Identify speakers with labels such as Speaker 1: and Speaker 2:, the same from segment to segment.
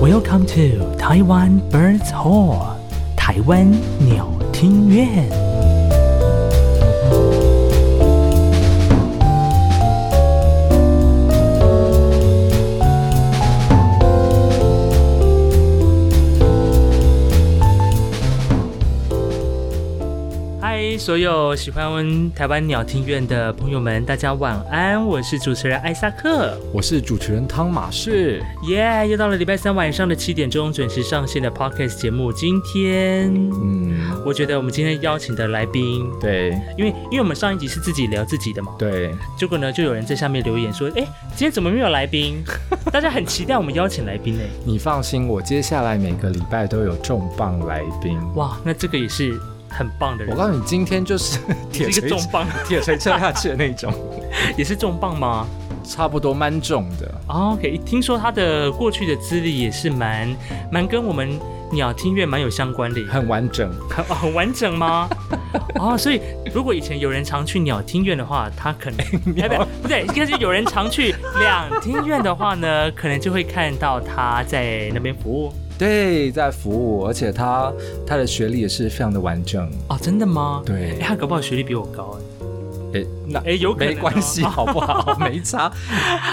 Speaker 1: Welcome to Taiwan Birds Hall，台湾鸟听院。嗨，所有喜欢台湾鸟听院的朋友们，大家晚安，我是主持人艾萨克。
Speaker 2: 我是主持人汤马士，
Speaker 1: 耶又到了礼拜三晚上的七点钟准时上线的 podcast 节目。今天，
Speaker 2: 嗯，
Speaker 1: 我觉得我们今天邀请的来宾，
Speaker 2: 对
Speaker 1: 因为因为我们上一集是自己聊自己的嘛，
Speaker 2: 对，
Speaker 1: 结果呢，就有人在下面留言说，哎，今天怎么没有来宾？ 大家很期待我们邀请来宾哎，
Speaker 2: 你放心，我接下来每个礼拜都有重磅来宾。
Speaker 1: 哇，那这个也是很棒的
Speaker 2: 我
Speaker 1: 人，
Speaker 2: 告诉你，今天就是 铁
Speaker 1: 也是一
Speaker 2: 锤
Speaker 1: 个重 磅，
Speaker 2: 铁锤敲下去的那种，
Speaker 1: 也是重磅吗、
Speaker 2: 差不多蛮重的。
Speaker 1: o k 听说他的过去的资历也是蛮蛮跟我们鸟听乐蛮有相关的耶。
Speaker 2: 很完整，
Speaker 1: 很很完整吗？哦，所以如果以前有人常去鸟听院的话，他可能哎不不对，应该是有人常去两厅院的话呢，可能就会看到他在那边服务
Speaker 2: 对，在服务，而且他他的学历也是非常的完整。
Speaker 1: 哦，真的吗？
Speaker 2: 对
Speaker 1: 哎，，他搞不好学历比我高哎
Speaker 2: 诶，那
Speaker 1: 哎，有可能
Speaker 2: 没
Speaker 1: 哦
Speaker 2: 关系，好不好？没差。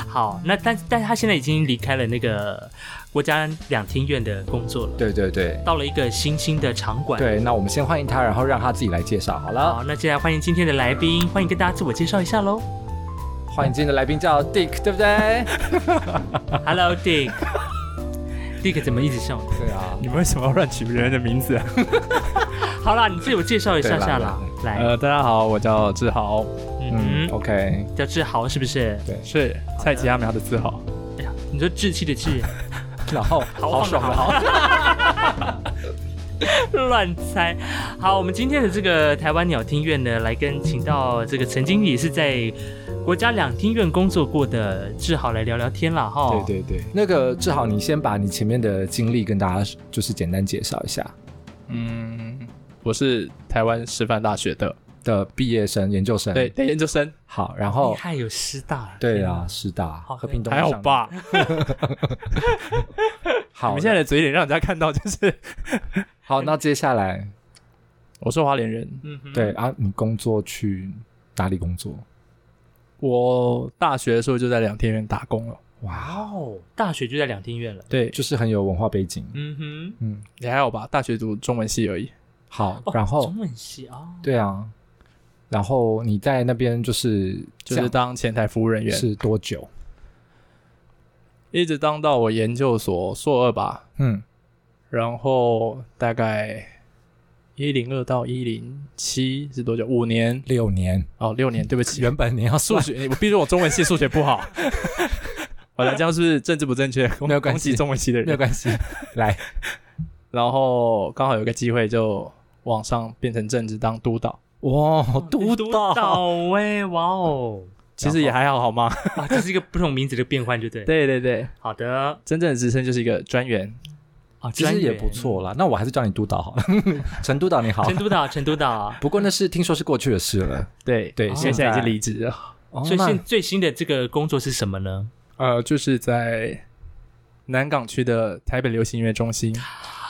Speaker 1: 好，那但但他现在已经离开了那个国家两厅院的工作了，
Speaker 2: 对对对
Speaker 1: 到了一个新兴的场馆。。
Speaker 2: 对，那我们先欢迎他，然后让他自己来介绍好了。
Speaker 1: 好，那接下来欢迎今天的来宾，欢迎跟大家自我介绍一下喽。
Speaker 2: 欢迎今天的来宾叫 Dick，对不对？
Speaker 1: Hello Dick，Dick 怎么一直笑？
Speaker 2: 对啊，
Speaker 3: 你们为什么要乱取别人的名字啊？
Speaker 1: 好啦，你自我介绍一下下啦，来，
Speaker 3: 呃，大家好，我叫志豪，
Speaker 2: 嗯
Speaker 1: 嗯，
Speaker 2: ，OK，
Speaker 1: 叫志豪是不是？
Speaker 3: 是蔡奇阿苗的志豪。
Speaker 1: 哎呀，你说志气的志，
Speaker 2: 然后好爽啊的好。
Speaker 1: 乱猜。好，我们今天的这个台湾鸟听院呢，来跟请到这个曾经也是在国家两厅院工作过的志豪来聊聊天啦，哈。
Speaker 3: 哦
Speaker 2: 对对对，那个志豪，你先把你前面的经历跟大家就是简单介绍一下
Speaker 3: 嗯，我是台湾师范大学的，
Speaker 2: 的毕业生、研究生。
Speaker 3: 对，，的研究生，
Speaker 2: 好，然
Speaker 1: 厉
Speaker 2: 后
Speaker 1: 害有师大。
Speaker 2: 对
Speaker 1: 天哪
Speaker 2: 啊，，师大
Speaker 1: 好
Speaker 2: 和平东
Speaker 3: 还好
Speaker 2: 上？
Speaker 3: 吧？
Speaker 2: 好，
Speaker 3: 你们现在的嘴脸让人家看到，就是
Speaker 2: 好，那接下来
Speaker 3: 嗯我是花莲人，
Speaker 1: 嗯哼，
Speaker 2: 对啊，你工作去哪里工作？
Speaker 3: 我大学的时候就在两天院打工了。
Speaker 2: 哇，
Speaker 1: 哦，大学就在两厅院了。
Speaker 3: 对，
Speaker 2: 就是很有文化背景。
Speaker 1: 嗯哼，
Speaker 2: 嗯，
Speaker 3: 也还好吧，大学读中文系而已。
Speaker 2: 好
Speaker 1: 哦，
Speaker 2: 然后
Speaker 1: 中文系啊，
Speaker 2: 对啊，然后你在那边就是这
Speaker 3: 就是
Speaker 2: 样
Speaker 3: 当前台服务人员，
Speaker 2: 是多久？
Speaker 3: 一直当到我研究所硕二吧，
Speaker 2: 嗯，
Speaker 3: 然后大概一零二到一零七是多久？五年
Speaker 2: 六年。
Speaker 3: 哦，六年。对不起，
Speaker 2: 原本你要
Speaker 3: 数
Speaker 2: 算
Speaker 3: 学，我毕竟我中文系数学不 好。完了，这样是不是政治不正确？恭
Speaker 2: 没有关
Speaker 3: 恭
Speaker 2: 系
Speaker 3: 喜中文系的
Speaker 2: 没有
Speaker 3: 人。
Speaker 2: 关系， 来，
Speaker 3: 然后刚好有个机会，就往上变成政治当督导，
Speaker 2: 哇，
Speaker 1: 读
Speaker 2: 督
Speaker 1: 到哎，哇哦，
Speaker 3: 其实也还好，好吗？
Speaker 1: 啊，这是一个不同名字的变换，就对。
Speaker 3: 对对对，
Speaker 1: 好的，
Speaker 3: 真正的职称就是一个专员。
Speaker 1: 啊，
Speaker 2: 其实也不
Speaker 1: 专员。
Speaker 2: 错啦。那我还是叫你督导 好了，陈督导你好
Speaker 1: 成。都岛，成都岛，
Speaker 2: 不过那是听说是过去的事了。
Speaker 3: 对
Speaker 2: 对
Speaker 3: 哦现
Speaker 2: 现
Speaker 3: 在
Speaker 2: 在
Speaker 3: 已经离职了。
Speaker 2: 哦
Speaker 1: 所以现最新的这个工作是什么呢？
Speaker 3: 呃，就是在南港区的台北流行音乐中心。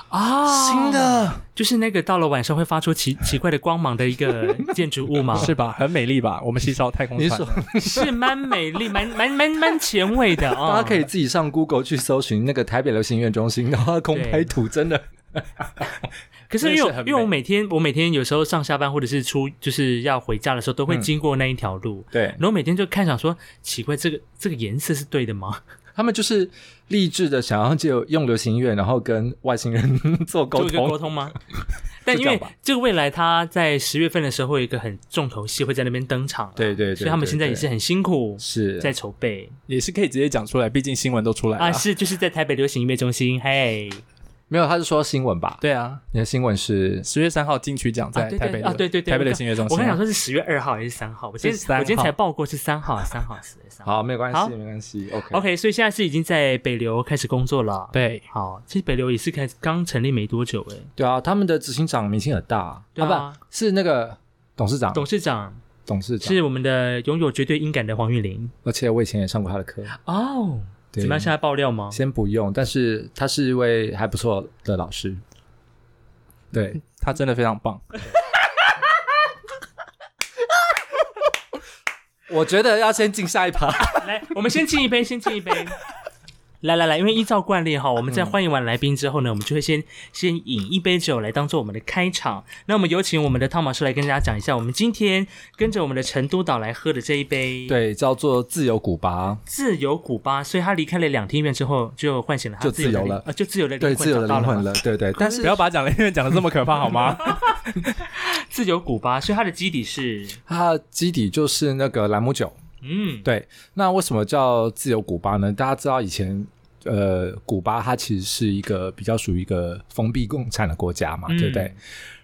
Speaker 1: 啊
Speaker 2: 新，的
Speaker 1: 就是那个到了晚上会发出 奇奇怪的光芒的一个建筑物吗？
Speaker 3: 是吧？很美丽吧？我们是一艘太空
Speaker 2: 你
Speaker 3: 船啊
Speaker 2: 说，
Speaker 1: 是蛮美丽，蛮蛮蛮蛮前卫的啊、
Speaker 2: 大家可以自己上 Google 去搜寻那个台北流行音乐中心，然后它空拍图真的
Speaker 1: 可是因
Speaker 3: 真
Speaker 1: 为
Speaker 3: 的是很
Speaker 1: 因为我
Speaker 3: 美
Speaker 1: 每天我每天有时候上下班或者是出就是要回家的时候，都会
Speaker 2: 嗯
Speaker 1: 经过那一条路。
Speaker 2: 对
Speaker 1: 然后每天就看想说，奇怪，这个这个颜色是对的吗？
Speaker 2: 他们就是励志的想要就用流行音乐，然后跟外星人 做沟
Speaker 1: 做一个沟
Speaker 2: 通。
Speaker 1: 通 吗？但因
Speaker 2: 就这样
Speaker 1: 为
Speaker 2: 吧
Speaker 1: 这个未来，它在十月份的时候会有一个很重头戏会在那边登场啊，
Speaker 2: 对对对
Speaker 1: 所以他们现在也是很辛苦
Speaker 2: 是
Speaker 1: 在筹备。
Speaker 3: 也是可以直接讲出来，毕竟新闻都出来了。
Speaker 1: 啊，是就是在台北流行音乐中心，嘿，
Speaker 2: 没有，他是说新闻吧？，
Speaker 3: 对啊，
Speaker 2: 你的新闻是
Speaker 3: 十月三号金曲 奖在台北的
Speaker 1: 啊，对对对，
Speaker 3: 台北流行音乐中
Speaker 1: 我
Speaker 3: 心
Speaker 1: 刚
Speaker 3: 啊。
Speaker 1: 想说是十月二号还是三号，我今
Speaker 3: 是
Speaker 1: 天
Speaker 3: 3
Speaker 1: 我今天
Speaker 3: 号
Speaker 1: 才报过是三号，三号十月三号。
Speaker 2: 好，没有关
Speaker 1: 好
Speaker 2: 系，没关系。OK
Speaker 1: OK，所以现在是已经在北流开始工作了。，
Speaker 3: 对，
Speaker 1: 好，其实北流也是开刚成立没多久哎诶，
Speaker 2: 对啊，他们的执行长名气很大，
Speaker 1: 对啊
Speaker 2: 不是那个董事长，
Speaker 1: 董事长
Speaker 2: 董事长。
Speaker 1: 是我们的拥有绝对音感的黄玉玲
Speaker 2: 而且我以前也上过他的课，
Speaker 1: 哦，
Speaker 2: 对
Speaker 1: 怎么样？现在爆料吗？
Speaker 2: 先不用，但是他是一位还不错的老师。对，
Speaker 3: 他真的非常棒。
Speaker 2: 我觉得要先进下一趴。
Speaker 1: 来，我们先敬一杯，先敬一 杯。来来来，因为依照惯例哈，我们在欢迎完来宾之后呢，我们就会先先饮一杯酒来当做我们的开场。那我们有请我们的汤马士来跟大家讲一下，我们今天跟着我们的成都岛来喝的这一杯，，
Speaker 2: 对，叫做自由古巴。
Speaker 1: 自由古巴。所以他离开了两天院之后，就唤醒了他
Speaker 2: 就
Speaker 1: 的
Speaker 2: 自由
Speaker 1: 灵
Speaker 2: 了
Speaker 1: 呃，就自由的
Speaker 2: 对，
Speaker 1: 灵魂
Speaker 2: 自由的
Speaker 1: 找到
Speaker 2: 灵
Speaker 1: 嘛
Speaker 2: 魂了。对对，但是
Speaker 3: 不要把讲了，因为讲的这么可怕好吗？
Speaker 1: 自由古巴，所以它的基底是
Speaker 2: 它的基底就是那个兰姆酒。
Speaker 1: 嗯，
Speaker 2: 对，那为什么叫自由古巴呢？大家知道以前。呃，古巴它其实是一个比较属于一个封闭共产的国家嘛，
Speaker 1: 嗯
Speaker 2: 对不对？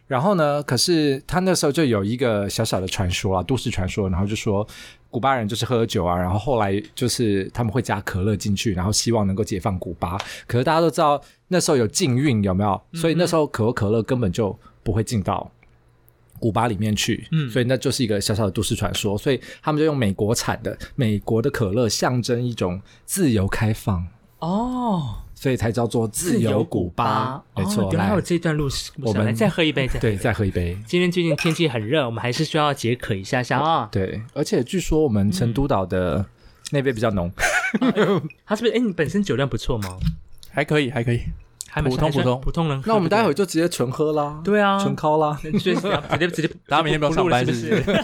Speaker 2: 然后呢，可是他那时候就有一个小小的传说啊，都市传说，然后就说古巴人就是喝酒啊，然后后来就是他们会加可乐进去，然后希望能够解放古巴。可是大家都知道那时候有禁运，有没有？
Speaker 1: 嗯
Speaker 2: 所以那时候可口可乐根本就不会进到。古巴里面去，
Speaker 1: 嗯
Speaker 2: 所以那就是一个小小的都市传说，所以他们就用美国产的美国的可乐象征一种自由开放，
Speaker 1: 哦，
Speaker 2: 所以才叫做自由古巴。没
Speaker 1: 哦
Speaker 2: 错，
Speaker 1: 原来还
Speaker 2: 来
Speaker 1: 有，这段路是，
Speaker 2: 我
Speaker 1: 想来
Speaker 2: 们
Speaker 1: 再喝一杯，再
Speaker 2: 对，再喝一杯。
Speaker 1: 今天最近天气很热，我们还是需要解渴一下下啊。
Speaker 2: 对，而且据说我们
Speaker 1: 嗯
Speaker 2: 成都岛的那杯比 较浓，
Speaker 1: 他是不是？哎、你本身酒量不错吗？
Speaker 3: 还可以，还可以。
Speaker 1: 还蛮
Speaker 3: 普
Speaker 1: 还
Speaker 3: 通
Speaker 1: 算
Speaker 3: 普通
Speaker 1: 普通人喝。
Speaker 2: 那我们待会
Speaker 1: 儿
Speaker 2: 儿就直接纯喝啦，
Speaker 1: 对啊，
Speaker 2: 纯烤啦。
Speaker 1: 那直接直 接直接，
Speaker 3: 大家明天不用上班
Speaker 1: 录了是
Speaker 3: 是
Speaker 1: 不是？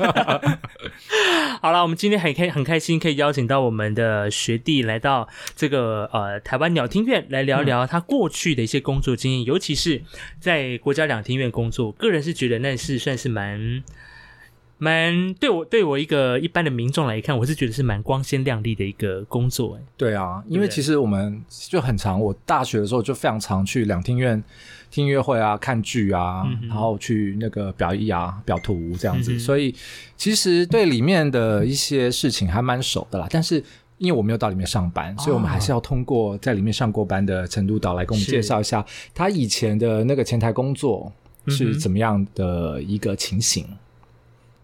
Speaker 1: 好了，我们今天很开很开心，可以邀请到我们的学弟来到这个呃台湾鸟听院来聊
Speaker 3: 嗯
Speaker 1: 聊他过去的一些工作经验，尤其是在国家鸟听院工作，个人是觉得那是算是蛮。蛮对我对我一个一般的民众来看，我是觉得是蛮光鲜亮丽的一个工作、哎
Speaker 2: 对啊，因
Speaker 1: 对
Speaker 2: 为
Speaker 1: 不对
Speaker 2: 其实我们就很常，我大学的时候就非常常去两厅院听音乐会啊、看剧啊，
Speaker 1: 嗯哼
Speaker 2: 然后去那个表艺啊、表图这样子，
Speaker 1: 嗯哼
Speaker 2: 所以其实对里面的一些事情还蛮熟的啦。但是因为我没有到里面上班，
Speaker 1: 哦
Speaker 2: 所以我们还是要通过在里面上过班的成都导来给我们
Speaker 1: 是
Speaker 2: 介绍一下他以前的那个前台工作
Speaker 1: 嗯
Speaker 2: 是
Speaker 1: 哼
Speaker 2: 怎么样的一个情形。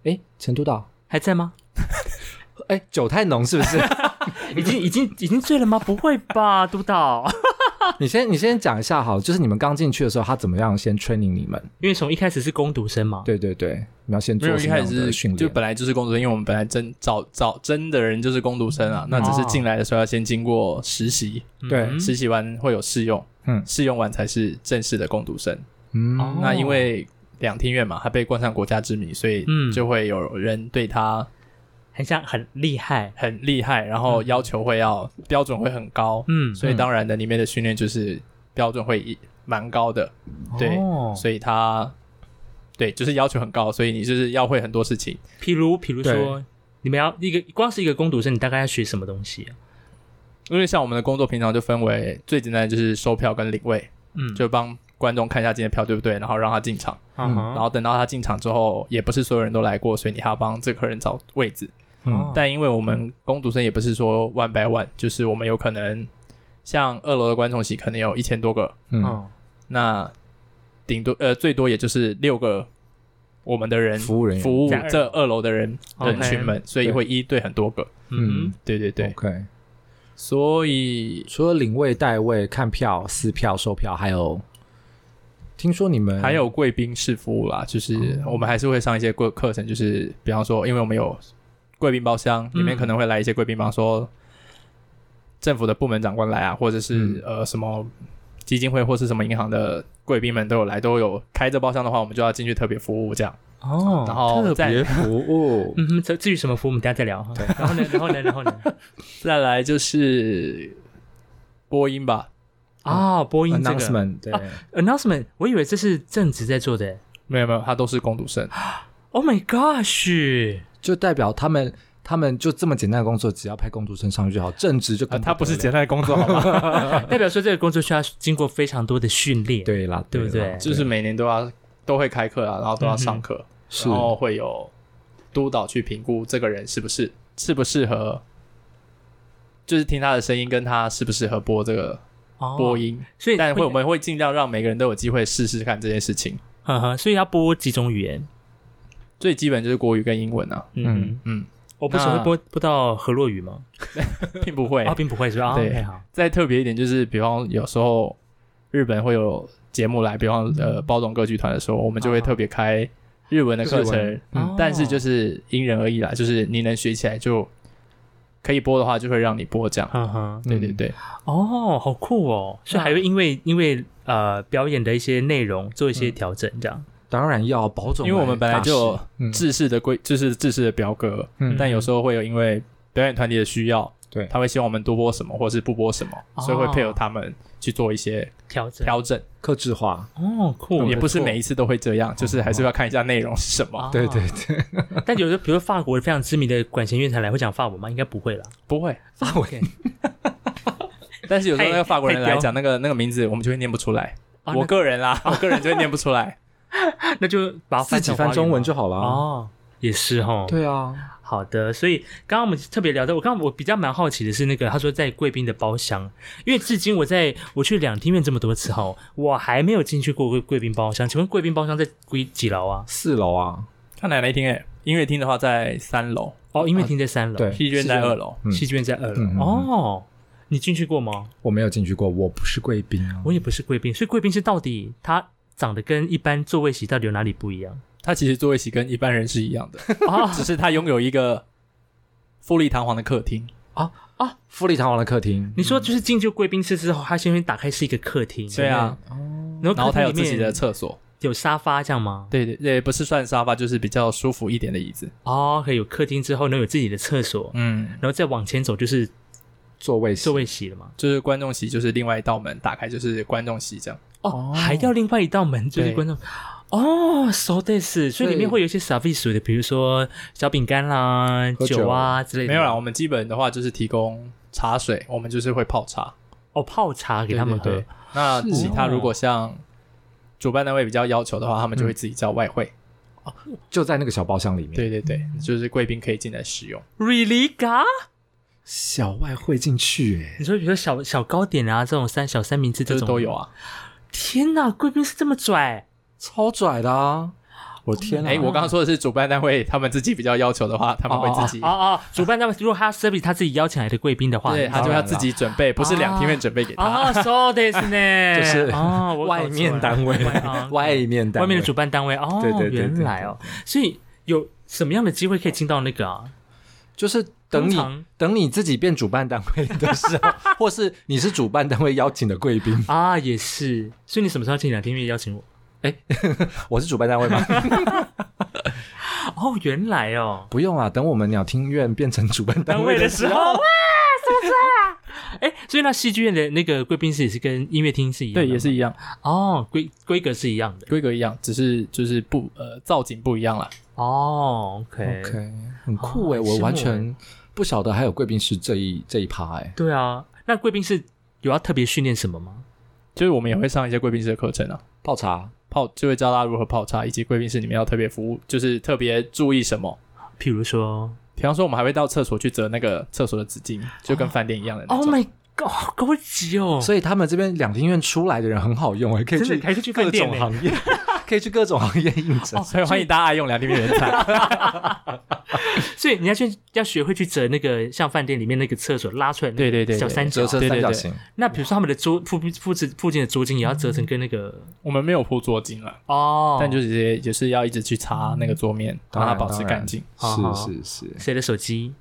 Speaker 2: 哎、成都导，
Speaker 1: 还在吗？
Speaker 2: 哎、酒太浓是不是？
Speaker 1: 已 经已经已经醉了吗？不会吧，督导。
Speaker 2: 你先，你先讲一下好，就是你们刚进去的时候，他怎么样先 training 你们？
Speaker 1: 因为从一开始是攻读生嘛，
Speaker 2: 对对对，你要先
Speaker 3: 没
Speaker 2: 做
Speaker 3: 有一
Speaker 2: 什么
Speaker 3: 开
Speaker 2: 样
Speaker 3: 始
Speaker 2: 的训
Speaker 3: 是就
Speaker 2: 练？
Speaker 3: 本来就是工读生，因为我们本来真找找真的人就是工读生啊，那只是进来的时候要先经过实习，
Speaker 2: 对
Speaker 1: 嗯
Speaker 3: 实习完会有试用，
Speaker 2: 嗯
Speaker 3: 试用完才是正式的工读生。
Speaker 1: 哦
Speaker 2: 嗯，
Speaker 3: 那因为两厅院嘛，他被冠上国家之名，所以
Speaker 1: 嗯
Speaker 3: 就会有人对他
Speaker 1: 很像很厉害，
Speaker 3: 很厉害，然后要求会要标准会很高，
Speaker 1: 嗯，
Speaker 3: 所以当然的里面的训练就是标准会蛮高的，对，
Speaker 2: 嗯
Speaker 1: 哦
Speaker 3: 所以他对就是要求很高，所以你就是要会很多事情。
Speaker 1: 譬如譬如说，你们要一个光是一个攻读生，你大概要学什么东西啊？
Speaker 3: 因为像我们的工作平常就分为最简单的就是收票跟领位，
Speaker 1: 嗯，
Speaker 3: 就帮观众看一下今天的票对不对，然后让他进场，
Speaker 1: 嗯哼
Speaker 3: 然后等到他进场之后，也不是所有人都来过，所以你还要帮这个客人找位置。
Speaker 2: 嗯
Speaker 1: 哦
Speaker 3: 但因为我们工读生也不是说 one by one，就是我们有可能像二楼的观众席可能有一千多个，
Speaker 2: 嗯
Speaker 1: 哦
Speaker 3: 那顶多呃最多也就是六个我们的人
Speaker 2: 服务人员
Speaker 3: 服务
Speaker 1: 在二楼
Speaker 3: 这二楼的人人群们，所以会一对很多个。
Speaker 1: 嗯
Speaker 2: 嗯
Speaker 1: 哼，
Speaker 3: 对对对，
Speaker 2: ，OK。
Speaker 3: 所以
Speaker 2: 除了领位、带位、看票、撕票、售票，还有听说你们
Speaker 3: 还有贵宾室服务啦，就是我们还是会上一些贵课程，就是比方说，因为我们有贵宾包厢，
Speaker 1: 嗯
Speaker 3: 里面可能会来一些贵宾，比方说政府的部门长官来啊，或者是
Speaker 2: 嗯
Speaker 3: 呃什么基金会或是什么银行的贵宾们都有来，都有开这包厢的话，我们就要进去特别服务这样，
Speaker 1: 哦，，
Speaker 3: 然后
Speaker 2: 特别
Speaker 3: 再
Speaker 2: 服务
Speaker 1: 嗯哼，至至于什么服务，我们等一下再聊哈。 然后呢，然后呢，然后 呢？
Speaker 3: 再来就是播音吧，
Speaker 1: 啊，播音这个
Speaker 2: announcement
Speaker 3: 啊
Speaker 2: 对，
Speaker 1: announcement，我以为这是正职在做的。
Speaker 3: 没有没有，他都是工读生，
Speaker 1: Oh my gosh！
Speaker 2: 就代表他们他们就这么简单的工作，只要派工读生上去就好，正职就
Speaker 3: 呃
Speaker 2: 更
Speaker 3: 他不是
Speaker 2: 得了
Speaker 3: 简单的工作好吗？
Speaker 1: 代表说这个工作需要经过非常多的训练。，
Speaker 2: 对 啦，
Speaker 1: 对不
Speaker 2: 啦
Speaker 1: 对
Speaker 3: 就是每年都要都会开课啊，然后都要上课。
Speaker 2: 是
Speaker 3: 然后会有督导去评估这个人是不是适不适合，就是听他的声音跟他适不适合播这个
Speaker 1: 哦
Speaker 3: 播，音，
Speaker 1: 所以
Speaker 3: 但会我们会尽量让每个人都有机会试试看这件事情。
Speaker 1: 呵呵，嗯所以要播几种语言。
Speaker 3: 最基本就是国语跟英文啊，
Speaker 1: 嗯哼，
Speaker 3: 嗯，
Speaker 1: 我不只
Speaker 3: 那
Speaker 1: 会播播到河洛语吗？
Speaker 3: 并不会
Speaker 1: 哦，。并不会是吧？哦
Speaker 3: 对
Speaker 1: OK，好，
Speaker 3: 再特别一点就是，比方有时候日本会有节目来，比方
Speaker 1: 嗯
Speaker 3: 呃包容歌剧团的时候，我们就会
Speaker 1: 啊
Speaker 3: 特别开日文的课
Speaker 2: 日文
Speaker 3: 程，
Speaker 1: 嗯
Speaker 3: 但是就是因人而异啦，就是你能学起来就可以播的话，就会让你播这样。
Speaker 1: 嗯哼，
Speaker 3: 对对对，
Speaker 1: 哦，好酷哦！所以还会因为因为呃表演的一些内容做一些调整，这样。
Speaker 2: 当然要保总，
Speaker 3: 嗯因为我们本来就有
Speaker 2: 嗯
Speaker 3: 制式的规，就是制式的表格，
Speaker 2: 嗯
Speaker 3: 但有时候会有因为表演团体的需要，
Speaker 2: 对
Speaker 3: 他会希望我们多播什么，或是不播什么，
Speaker 1: 哦
Speaker 3: 所以会配合他们去做一些
Speaker 1: 调整
Speaker 3: 调整。
Speaker 2: 克制化，
Speaker 1: 哦，酷
Speaker 3: 也
Speaker 2: 不
Speaker 3: 不是
Speaker 2: 错
Speaker 3: 每一次都会这样，就是还是要看一下内容是什么。
Speaker 1: 啊
Speaker 2: 对对
Speaker 3: 哦
Speaker 2: 对，
Speaker 1: 但有的，比如说法国非常知名的管弦乐团来会讲法文吗？应该不会啦。
Speaker 3: 不会，
Speaker 2: 法文
Speaker 1: OK，
Speaker 3: 但是有时候那个法国人
Speaker 1: 太
Speaker 3: 来
Speaker 1: 太刁
Speaker 3: 讲那个那个名字，我们就会念不出来。
Speaker 1: 哦
Speaker 3: 我个人 啦，我个人就会念不出来。
Speaker 1: 那就把它
Speaker 2: 自
Speaker 1: 翻
Speaker 2: 己
Speaker 1: 成
Speaker 2: 啊翻
Speaker 1: 华语
Speaker 2: 中文
Speaker 1: 吗
Speaker 2: 就好了啊。
Speaker 1: 哦，也是哈。
Speaker 2: 对啊，
Speaker 1: 好的，所以刚刚我们特别聊到，我刚刚我比较蛮好奇的是那个，他说在贵宾的包厢，因为至今我在我去两厅院这么多次哈，我还没有进去过贵贵宾包厢。请问贵宾包厢在几几楼啊？
Speaker 2: 四楼啊，
Speaker 3: 看奶欸奶厅诶，音乐厅的话在三楼，
Speaker 1: 哦，音乐厅在三楼，
Speaker 2: 啊对
Speaker 3: 戏剧院在二楼。
Speaker 2: 嗯
Speaker 1: 戏剧院在二楼。
Speaker 2: 嗯嗯嗯
Speaker 1: 哦，你进去过吗？
Speaker 2: 我没有进去过，我不是贵宾啊。
Speaker 1: 我也不是贵宾，所以贵宾是到底它长得跟一般座位席到底有哪里不一样？
Speaker 3: 他其实座位席跟一般人是一样的，
Speaker 1: 啊
Speaker 3: 只是他拥有一个富丽堂皇的客厅。
Speaker 2: 啊富丽堂皇的客厅，
Speaker 1: 你说就是进去贵宾室之后，它先先打开是一个客厅，
Speaker 3: 对啊，
Speaker 1: 不对，然
Speaker 3: 然后
Speaker 1: 后
Speaker 3: 他
Speaker 1: 客
Speaker 3: 有
Speaker 1: 厅里
Speaker 3: 自己的
Speaker 1: 面
Speaker 3: 厕所。
Speaker 1: 有沙发这样吗？
Speaker 3: 对对对，不是算沙发，就是比较舒服一点的椅子。
Speaker 1: 哦，可以有客厅之后呢，有自己的厕所，
Speaker 3: 嗯，
Speaker 1: 然后再往前走就是
Speaker 2: 座位席
Speaker 1: 座位席了嘛。
Speaker 3: 就是观众席，就是另外一道门打开就是观众席这样。
Speaker 1: 哦
Speaker 2: 哦，
Speaker 1: 还要另外一道门就是
Speaker 3: 对
Speaker 1: 观众。哦，so this，所以里面会有一些 service 的，比如说小饼干啦、
Speaker 2: 喝酒
Speaker 1: 酒啊之类的。
Speaker 3: 没有啦，我们基本的话就是提供茶水，我们就是会泡茶
Speaker 1: 哦，泡茶给
Speaker 3: 对
Speaker 1: 他们
Speaker 3: 对
Speaker 1: 喝
Speaker 3: 对。那
Speaker 2: 是
Speaker 3: 其他如果像主办单位比较要求的话，他们就会自己叫外汇。
Speaker 2: 就在那个小包厢里面。，
Speaker 3: 对对对，就是贵宾可以进来使用。
Speaker 1: Really, ga？
Speaker 2: 小外汇进去，哎，
Speaker 1: 你说，比如说小小糕点啊，这种三小三明治这
Speaker 3: 就是
Speaker 1: 种
Speaker 3: 都有。啊！
Speaker 1: 天哪，贵宾是这么拽
Speaker 2: 超拽的啊！我天啊！
Speaker 3: 哎，我刚刚说的是主办单位，他们自己比较要求的话，他们会自己
Speaker 1: 哦，哦！主办单位如果他要 service 他自己邀请来的贵宾的话，
Speaker 3: 对，
Speaker 1: 你
Speaker 3: 他就
Speaker 1: 当
Speaker 3: 要
Speaker 1: 然
Speaker 3: 自己准备，不是两厅院准备给他。
Speaker 1: 哦，so this 呢，
Speaker 2: 就是
Speaker 1: 哦，我搞
Speaker 2: 外面
Speaker 1: 错了
Speaker 2: 单位
Speaker 1: 外啊
Speaker 2: 外面单位
Speaker 1: 外面的主办单位哦，
Speaker 2: 对对对对
Speaker 1: 原来哦，所以有什么样的机会可以进到那个啊？
Speaker 2: 就是等
Speaker 1: 通
Speaker 2: 你
Speaker 1: 常
Speaker 2: 等你自己变主办单位的时候， 或是你是主办单位邀请的贵宾，
Speaker 1: 啊，也是，所以你什么时候进两天愿意邀请我？
Speaker 2: 我是主办单位吗？
Speaker 1: 哦，原来哦，
Speaker 2: 不用啊，等我们鸟听院变成主办单
Speaker 1: 单位
Speaker 2: 的
Speaker 1: 的时候，哇，是不是啊？哎， 所以那戏剧院的那个贵宾室也是跟音乐厅是一样的
Speaker 3: 对，
Speaker 1: 吗，
Speaker 3: 也是一样，
Speaker 1: 哦，规规格是一样的
Speaker 3: 规格一样，只是就是不呃造景不一样啦。
Speaker 1: 哦。OK，,
Speaker 2: OK，很酷哎、
Speaker 1: 哦
Speaker 2: 我完
Speaker 1: 羡
Speaker 2: 全不晓得还有贵宾室这一这一趴哎、
Speaker 1: 对啊，那贵宾室有要特别训练什么吗？
Speaker 3: 就是我们也会上一些贵宾室的课程啊。
Speaker 2: 泡茶
Speaker 3: 泡就会教大家如何泡茶，以及贵宾室里面要特别服务，就是特别注意什么。
Speaker 1: 譬如说
Speaker 3: 比方说，我们还会到厕所去折那个厕所的纸巾，就跟饭店一样的那
Speaker 1: ，Oh
Speaker 3: 种。
Speaker 1: my God，好高级哦！
Speaker 2: 所以他们这边两厅院出来的人很好用哎、可以
Speaker 1: 真
Speaker 2: 去
Speaker 1: 的还可以去
Speaker 2: 各
Speaker 1: 饭店
Speaker 2: 种
Speaker 1: 欸哦
Speaker 2: 行业，可以去各种行业应征。
Speaker 3: 所以欢迎大家爱用两地面人才。
Speaker 1: 所以你要去要学会去折那个像饭店里面那个厕所拉出来那个
Speaker 3: 对对对对
Speaker 1: 小三角
Speaker 2: 折。成
Speaker 3: 对对
Speaker 2: 三角
Speaker 3: 对
Speaker 2: 形，
Speaker 1: 那比如说他们的桌附附近附近的桌巾也要折成跟那个
Speaker 3: 我们没有铺桌巾
Speaker 2: 嗯
Speaker 3: 了，
Speaker 1: 哦，
Speaker 3: 但就直接就是要一直去擦那个桌面，
Speaker 2: 当
Speaker 3: 让它
Speaker 2: 然
Speaker 3: 保持干净。
Speaker 1: 好好好
Speaker 2: 是是是，
Speaker 1: 谁的手机？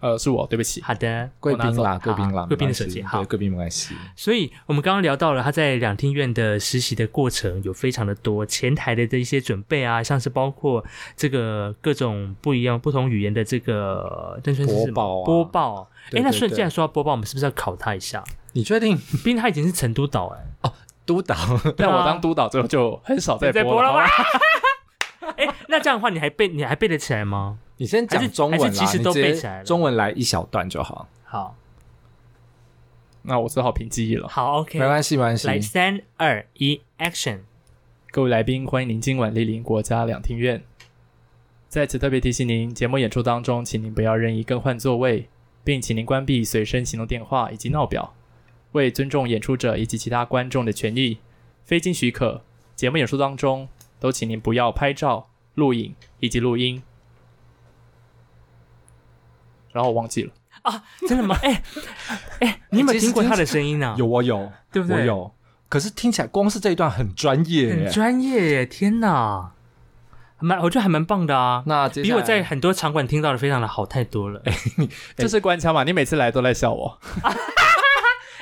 Speaker 3: 呃，是我，对不 起。
Speaker 1: 好的，
Speaker 2: 贵宾
Speaker 3: 我
Speaker 2: 啦，
Speaker 3: 拿
Speaker 2: 贵宾啦，
Speaker 1: 贵宾的
Speaker 2: 没关系
Speaker 1: 手机好嗯
Speaker 2: 对，贵宾没关系。
Speaker 1: 所以我们刚刚聊到了他在两厅院的实习的过程有非常的多，前台的这一些准备啊，像是包括这个各种不一样不同语言的这个但算是什么
Speaker 2: 播报啊
Speaker 1: 播报。哎、
Speaker 2: 对
Speaker 1: 那
Speaker 2: 对
Speaker 1: 顺
Speaker 2: 对
Speaker 1: 既然说到播报，我们是不是要考他一下？
Speaker 2: 你确定
Speaker 1: 毕竟他以前是成都岛哎、
Speaker 2: 督导？
Speaker 3: 但我当督导之后就很少再
Speaker 1: 在播
Speaker 3: 播了。
Speaker 1: 了
Speaker 3: 好
Speaker 1: 吗
Speaker 3: 吧？
Speaker 1: 哎、那这样的话，你还背你还背得起来吗？
Speaker 2: 你先
Speaker 1: 还
Speaker 2: 讲
Speaker 1: 是
Speaker 2: 中文啦，
Speaker 1: 还是其实
Speaker 2: 你
Speaker 1: 都
Speaker 2: 直接
Speaker 1: 背起来了
Speaker 2: 中文来一小段就好，
Speaker 1: 好，
Speaker 3: 那我只好凭记忆了。
Speaker 1: 好，OK，
Speaker 2: 没关系，没关
Speaker 1: 来，
Speaker 2: 系。
Speaker 1: 三二一，Action！
Speaker 3: 各位来宾，欢迎您今晚莅临国家两厅院。在此特别提醒您，节目演出当中，请您不要任意更换座位，并请您关闭随身行动电话以及闹表。为尊重演出者以及其他观众的权益，非经许可，节目演出当中都请您不要拍照、录影以及录音。然后我忘记了，
Speaker 1: 啊，真的吗？哎哎，你有没有听过他的声音呢？
Speaker 2: 有我有，
Speaker 1: 对不对
Speaker 2: 我有。可是听起来光是这一段很专业欸耶，
Speaker 1: 很专业耶！天哪，蛮我觉得还蛮棒的啊，
Speaker 2: 那接
Speaker 1: 比
Speaker 2: 下来
Speaker 1: 我在很多场馆听到的非常的好太多了。 哎、
Speaker 3: 这是官腔嘛？你每次来都在笑我，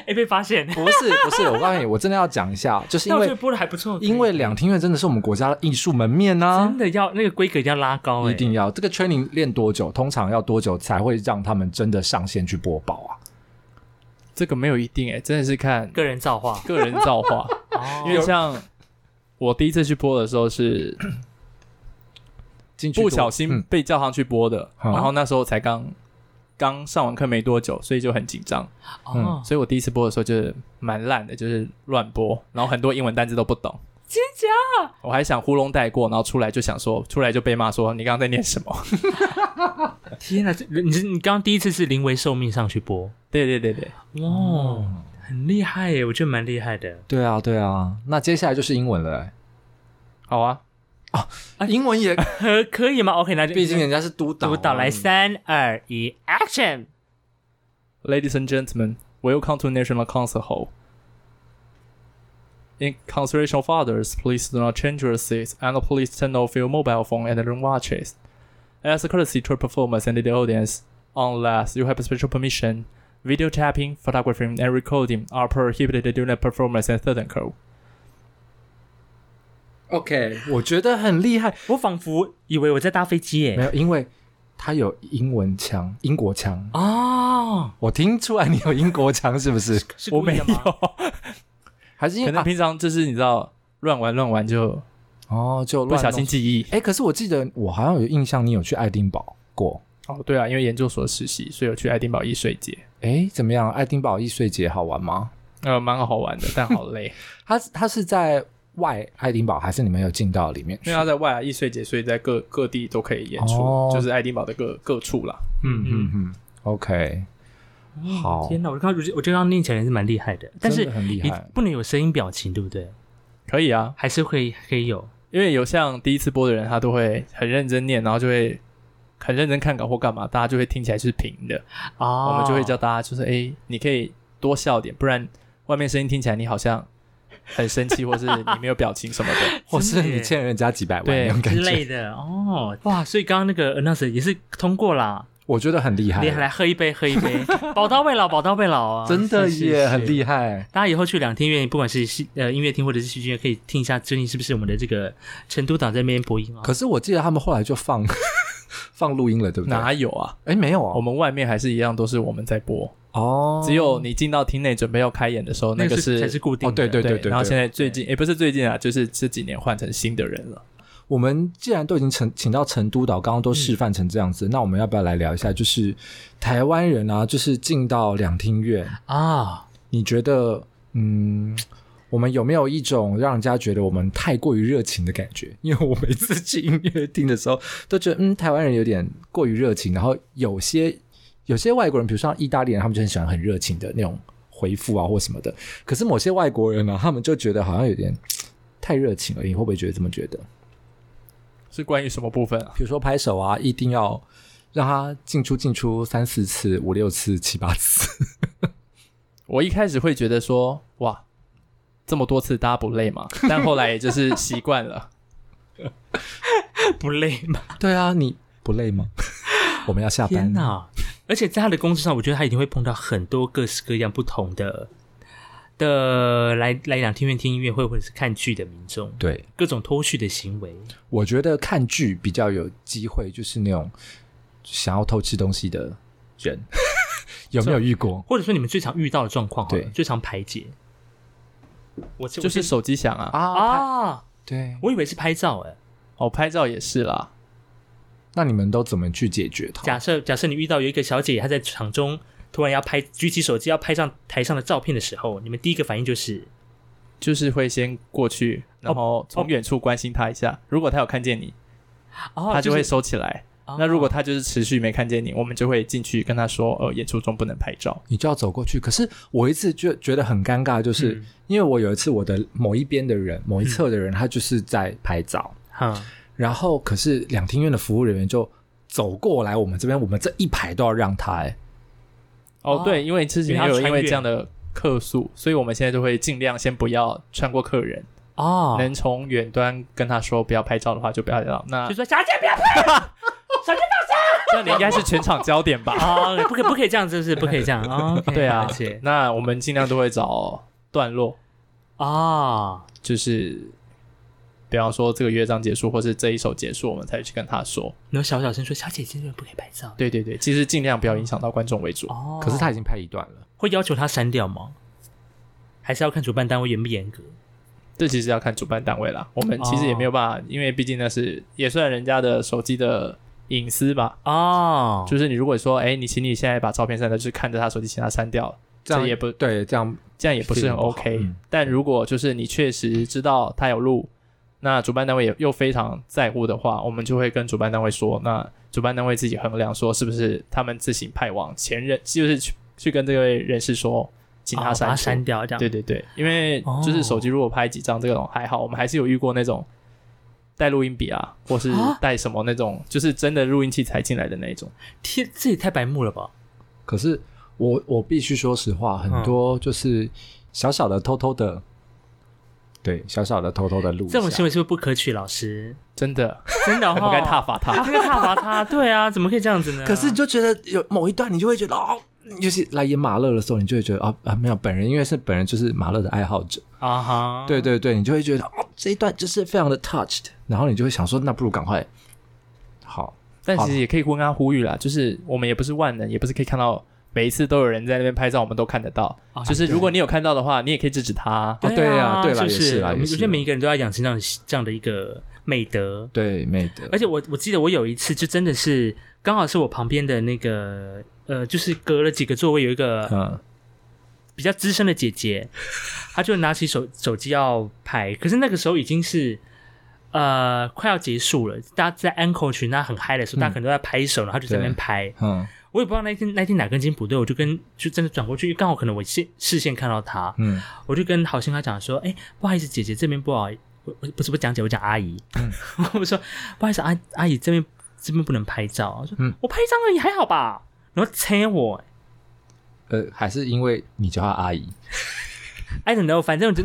Speaker 1: 哎被发现，
Speaker 2: 不是不是，我告诉你，我真的要讲一下，就是
Speaker 1: 那
Speaker 2: 因
Speaker 1: 我觉得
Speaker 2: 为
Speaker 1: 播的还不错。
Speaker 2: 因为两厅院真的是我们国家的艺术门面呐、
Speaker 1: 真的要那个规格一定要拉高、哎
Speaker 2: 一定要这个 training 练多久，通常要多久才会让他们真的上线去播报啊？
Speaker 3: 这个没有一定哎、真的是看
Speaker 1: 个人造化。
Speaker 3: 个人造化。
Speaker 1: 哦
Speaker 3: 因为像我第一次去播的时候 是
Speaker 2: 进去
Speaker 3: 不
Speaker 2: 多
Speaker 3: 小心
Speaker 2: 嗯
Speaker 3: 被叫上去播的，
Speaker 2: 嗯
Speaker 3: 然后那时候才刚刚上完课没多久，所以就很紧张，
Speaker 2: 嗯
Speaker 1: 哦，
Speaker 3: 所以我第一次播的时候就是蛮烂的，就是乱播，然后很多英文单字都不懂。
Speaker 1: 真假？
Speaker 3: 我还想呼弄带过，然后出来就想说，出来就被骂说你刚刚在念什么？
Speaker 1: 天哪！这你是你刚刚第一次是临危受命上去播，
Speaker 3: 对对对对，
Speaker 1: 哇、
Speaker 2: 哦
Speaker 1: 很厉害耶！我觉得蛮厉害的。
Speaker 2: 对啊对啊，那接下来就是英文了欸、
Speaker 3: 好啊，
Speaker 2: 英文也
Speaker 1: 可可以吗？OK，那就
Speaker 2: 毕竟人家是督导
Speaker 1: 督
Speaker 2: 啊，
Speaker 1: 导来三二一，Action！
Speaker 3: Ladies and gentlemen, welcome to National Concert Hall. In consideration of others, please do not change your seats and please turn off your mobile phone and your watches. As a courtesy to the performers and the audience, unless you have special permission, video tapping, photography, and recording are prohibited during the performance and third call.
Speaker 2: OK，我觉得很厉害，
Speaker 1: 我仿佛以为我在搭飞机
Speaker 2: 没
Speaker 1: 耶。
Speaker 2: 有，因为他有英文腔，英国腔，
Speaker 1: 哦，
Speaker 2: 我听出来你有英国腔是不是？
Speaker 1: 是
Speaker 3: 我
Speaker 1: 故
Speaker 3: 没
Speaker 1: 意
Speaker 3: 有
Speaker 1: 的，吗？
Speaker 2: 还是因
Speaker 3: 可
Speaker 2: 为、
Speaker 3: 能
Speaker 2: 啊、
Speaker 3: 平常就是你知道乱玩乱玩就
Speaker 2: 哦就
Speaker 3: 不
Speaker 2: 乱
Speaker 3: 小
Speaker 2: 弄
Speaker 3: 心记忆。
Speaker 2: 哎、可是我记得我好像有印象，你有去爱丁堡过。
Speaker 3: 哦，对啊，因为研究所实习，所以有去爱丁堡艺术节，
Speaker 2: 哎、怎么样？爱丁堡易碎节好玩吗？
Speaker 3: 呃，蛮好玩的，但好累。
Speaker 2: 它它是在外爱丁堡，还是你们有进到里面去？
Speaker 3: 因为他在外来易碎节，所以在各各地都可以演出，
Speaker 2: 哦
Speaker 3: 就是爱丁堡的各各处啦。
Speaker 2: 嗯嗯嗯。OK，好，
Speaker 1: 天哪！我刚我觉得我觉得刚刚念起来是蛮厉害的，但是
Speaker 2: 真的很厉
Speaker 1: 你
Speaker 2: 害。
Speaker 1: 不能有声音表情，对不对？
Speaker 3: 可以啊，
Speaker 1: 还是会可以有
Speaker 3: 因为有像第一次播的人，他都会很认真念，然后就会很认真看稿或干嘛，大家就会听起来是平的。
Speaker 1: 哦
Speaker 3: 我们就会叫大家就是，哎、你可以多笑点，不然外面声音听起来你好像很生气，或是你没有表情什么的。
Speaker 2: 或是
Speaker 1: 真的耶
Speaker 2: 你欠人家几百万
Speaker 3: 对
Speaker 2: 那种感
Speaker 1: 之
Speaker 2: 觉，
Speaker 1: 类的哦。哇，所以刚刚那个 announce 也是通过啦，
Speaker 2: 我觉得很厉害
Speaker 1: 你，来喝一杯，喝一 杯，宝刀未老，宝刀未老啊！
Speaker 2: 真的
Speaker 1: 是
Speaker 2: 耶，很。
Speaker 1: 是是
Speaker 2: 厉害。
Speaker 1: 大家以后去两厅院，不管是戏呃音乐厅或者是戏剧院，可以听一下最近是不是我们的这个成都党在那边播音啊？
Speaker 2: 可是我记得他们后来就放 放录音了，对不对？
Speaker 3: 哪有啊？
Speaker 2: 哎，没有啊，
Speaker 3: 我们外面还是一样，都是我们在播，
Speaker 2: 哦，
Speaker 3: 只有你进到厅内准备要开演的时候，
Speaker 1: 那
Speaker 3: 个
Speaker 1: 是才是固定的。
Speaker 2: 哦对对
Speaker 3: 对然后现在最
Speaker 1: 对
Speaker 3: 近也不是最近啊，就是这几年换成新的人了。
Speaker 2: 我们既然都已经成请到成都岛，刚刚都示范成这样子，那我们要不要来聊一下，就是台湾人啊，就是进到两厅院，
Speaker 1: 啊，
Speaker 2: 你觉得，嗯，我们有没有一种让人家觉得我们太过于热情的感觉？因为我每次去音乐厅的时候，都觉得，嗯，台湾人有点过于热情，然后有些有些外国人，比如像意大利人，他们就很喜欢很热情的那种回复啊或什么的，可是某些外国人呢、他们就觉得好像有点太热情了，你会不会觉得这么觉得？
Speaker 3: 是关于什么部分啊？
Speaker 2: 比如说拍手啊，一定要让他进出进出三四次、五六次、七八次。
Speaker 3: 我一开始会觉得说，哇，这么多次大家不累 嘛？但后来也就是习惯了。
Speaker 1: 不累吗？
Speaker 2: 对啊，你不累吗？ 我们要下班
Speaker 1: 天。哪！而且在他的工作上，我觉得他一定会碰到很多各式各样不同的的来来两厅院听音乐会或者是看剧的民众，
Speaker 2: 对，
Speaker 1: 各种脱序的行为。
Speaker 2: 我觉得看剧比较有机会，就是那种想要偷吃东西的人， 有没有遇过？
Speaker 1: 或者说你们最常遇到的状况好了，
Speaker 2: 对
Speaker 1: 最常排解。我这
Speaker 3: 就是
Speaker 1: 我
Speaker 3: 手机响啊，
Speaker 1: 这
Speaker 2: 啊，
Speaker 1: 啊，
Speaker 2: 对。
Speaker 1: 我以为是拍照哎、
Speaker 3: 哦，拍照也是啦。
Speaker 2: 那你们都怎么去解决它？
Speaker 1: 假设假设你遇到有一个小姐，她在场中突然要拍，举起手机要拍上台上的照片的时候，你们第一个反应就是
Speaker 3: 就是会先过去，然后从远处关心他一下。如果他有看见你，
Speaker 1: 哦，
Speaker 3: 他就是会收起来。
Speaker 1: 哦
Speaker 3: 那如果他就是持续没看见你，我们就会进去跟他说，呃，演出中不能拍照。
Speaker 2: 你就要走过去。可是我一直觉觉得很尴尬，就是、
Speaker 1: 嗯
Speaker 2: 因为我有一次我的某一边的人、某一侧的人，他就是在拍照，
Speaker 1: 哈
Speaker 2: 然后可是两厅院的服务人员就走过来我们这边，我们这一排都要让他、欸，
Speaker 3: 哦
Speaker 1: 哦，
Speaker 3: 对，因为之前
Speaker 1: 因为
Speaker 3: 也
Speaker 1: 要
Speaker 3: 有
Speaker 1: 穿
Speaker 3: 因为
Speaker 1: 越
Speaker 3: 这样的客诉，所以我们现在就会尽量先不要穿过客人，
Speaker 1: 哦，
Speaker 3: 能从远端跟他说不要拍照的话就不要拍照。那
Speaker 1: 就说小姐不要 拍，小姐
Speaker 3: 这你应该是全场焦点吧？
Speaker 1: 啊，不可以不可以这样，是不是？不可以这样啊？哦，OK，
Speaker 3: 对啊
Speaker 1: 了解，
Speaker 3: 那我们尽量都会找段落，
Speaker 1: 啊，
Speaker 3: 就是比方说这个乐章结束，或是这一首结束，我们才去跟他说。
Speaker 1: 然后小小声说小姐今天不可以拍照
Speaker 3: 对对嗯对，其实尽量不要影响到观众为主。
Speaker 1: 哦，
Speaker 2: 可是他已经拍一段了。
Speaker 1: 会要求他删掉吗？还是要看主办单位严不严格？
Speaker 3: 这其实要看主办单位啦，我们其实也没有办法，因为毕竟那是也算人家的手机的隐私吧。
Speaker 1: 哦，
Speaker 3: 就是你如果说，哎，你请你现在把照片删掉，就是看着他手机，请他删掉，
Speaker 2: 这样
Speaker 3: 也不
Speaker 2: 对，这样
Speaker 3: 这样也不是
Speaker 2: 是
Speaker 3: 很
Speaker 2: 不好
Speaker 3: OK、
Speaker 2: 嗯
Speaker 3: 但如果就是你确实知道他有录，那主办单位也又非常在乎的话，我们就会跟主办单位说，那主办单位自己衡量说是不是他们自行派往前任，就是去去跟这位人士说，请
Speaker 1: 哦
Speaker 3: 他
Speaker 1: 把
Speaker 3: 删
Speaker 1: 它
Speaker 3: 除
Speaker 1: 删掉这样。
Speaker 3: 对对对，因为
Speaker 1: 哦
Speaker 3: 就是手机如果拍几张这种还好，我们还是有遇过那种带录音笔啊，或是
Speaker 1: 啊
Speaker 3: 带什么那种，就是真的录音器材进来的那种。
Speaker 1: 天，这也太白目了吧？
Speaker 2: 可是我我必须说实话，
Speaker 1: 嗯
Speaker 2: 很多就是小小的偷偷的，对，小小的偷偷的录一下。
Speaker 1: 这种行为是不啊是不可取？老师，
Speaker 3: 真的，
Speaker 1: 真的
Speaker 3: 我们
Speaker 1: 哈，
Speaker 3: 该踏伐他。
Speaker 1: 他，应该踏伐他。对啊，怎么可以这样子呢？
Speaker 2: 可是就觉得有某一段，你就会觉得哦，尤其来演马勒的时候，你就会觉得啊啊，没有本人，因为是本人就是马勒的爱好者，
Speaker 1: 啊哈，
Speaker 2: 对对对，你就会觉得哦，这一段就是非常的 touched，然后你就会想说，那不如赶快好，
Speaker 3: 但其实也可以跟他呼吁啦，就是我们也不是万能，也不是可以看到每一次都有人在那边拍照，我们都看得到。
Speaker 1: 啊
Speaker 3: 就是如果你有看到的话，你也可以制止他。
Speaker 2: 哦对啊对啦
Speaker 1: 是不
Speaker 2: 也是啦
Speaker 1: 我们
Speaker 2: 也
Speaker 1: 我
Speaker 2: 是
Speaker 1: 觉得每一个人都要养成这样这样的一个美德。
Speaker 2: 对，美德，
Speaker 1: 而且我我记得我有一次就真的是刚好是我旁边的那个呃，就是隔了几个座位有一个
Speaker 2: 嗯，
Speaker 1: 比较资深的姐姐，她就拿起手手机要拍，可是那个时候已经是。呃，快要结束了，大家在 uncle 群，大家很嗨的时候，大家可能都在拍手，然后就在那边
Speaker 2: 对
Speaker 1: 拍。
Speaker 2: 嗯
Speaker 1: 我也不知道那天那天哪根筋不对，我就跟就真的转过去，刚好可能我视视线看到她，
Speaker 2: 嗯，
Speaker 1: 我就跟好心他讲说，哎、不好意思，姐姐这边不好意，我我不是不讲姐，我讲阿姨，
Speaker 2: 嗯
Speaker 1: 我说不好意思，阿阿姨这边这边不能拍照，我说、
Speaker 2: 嗯
Speaker 1: 我拍一张而已，还好吧，然后催我
Speaker 2: 呃，还是因为你叫她阿姨，
Speaker 1: ，I don't know，反正我就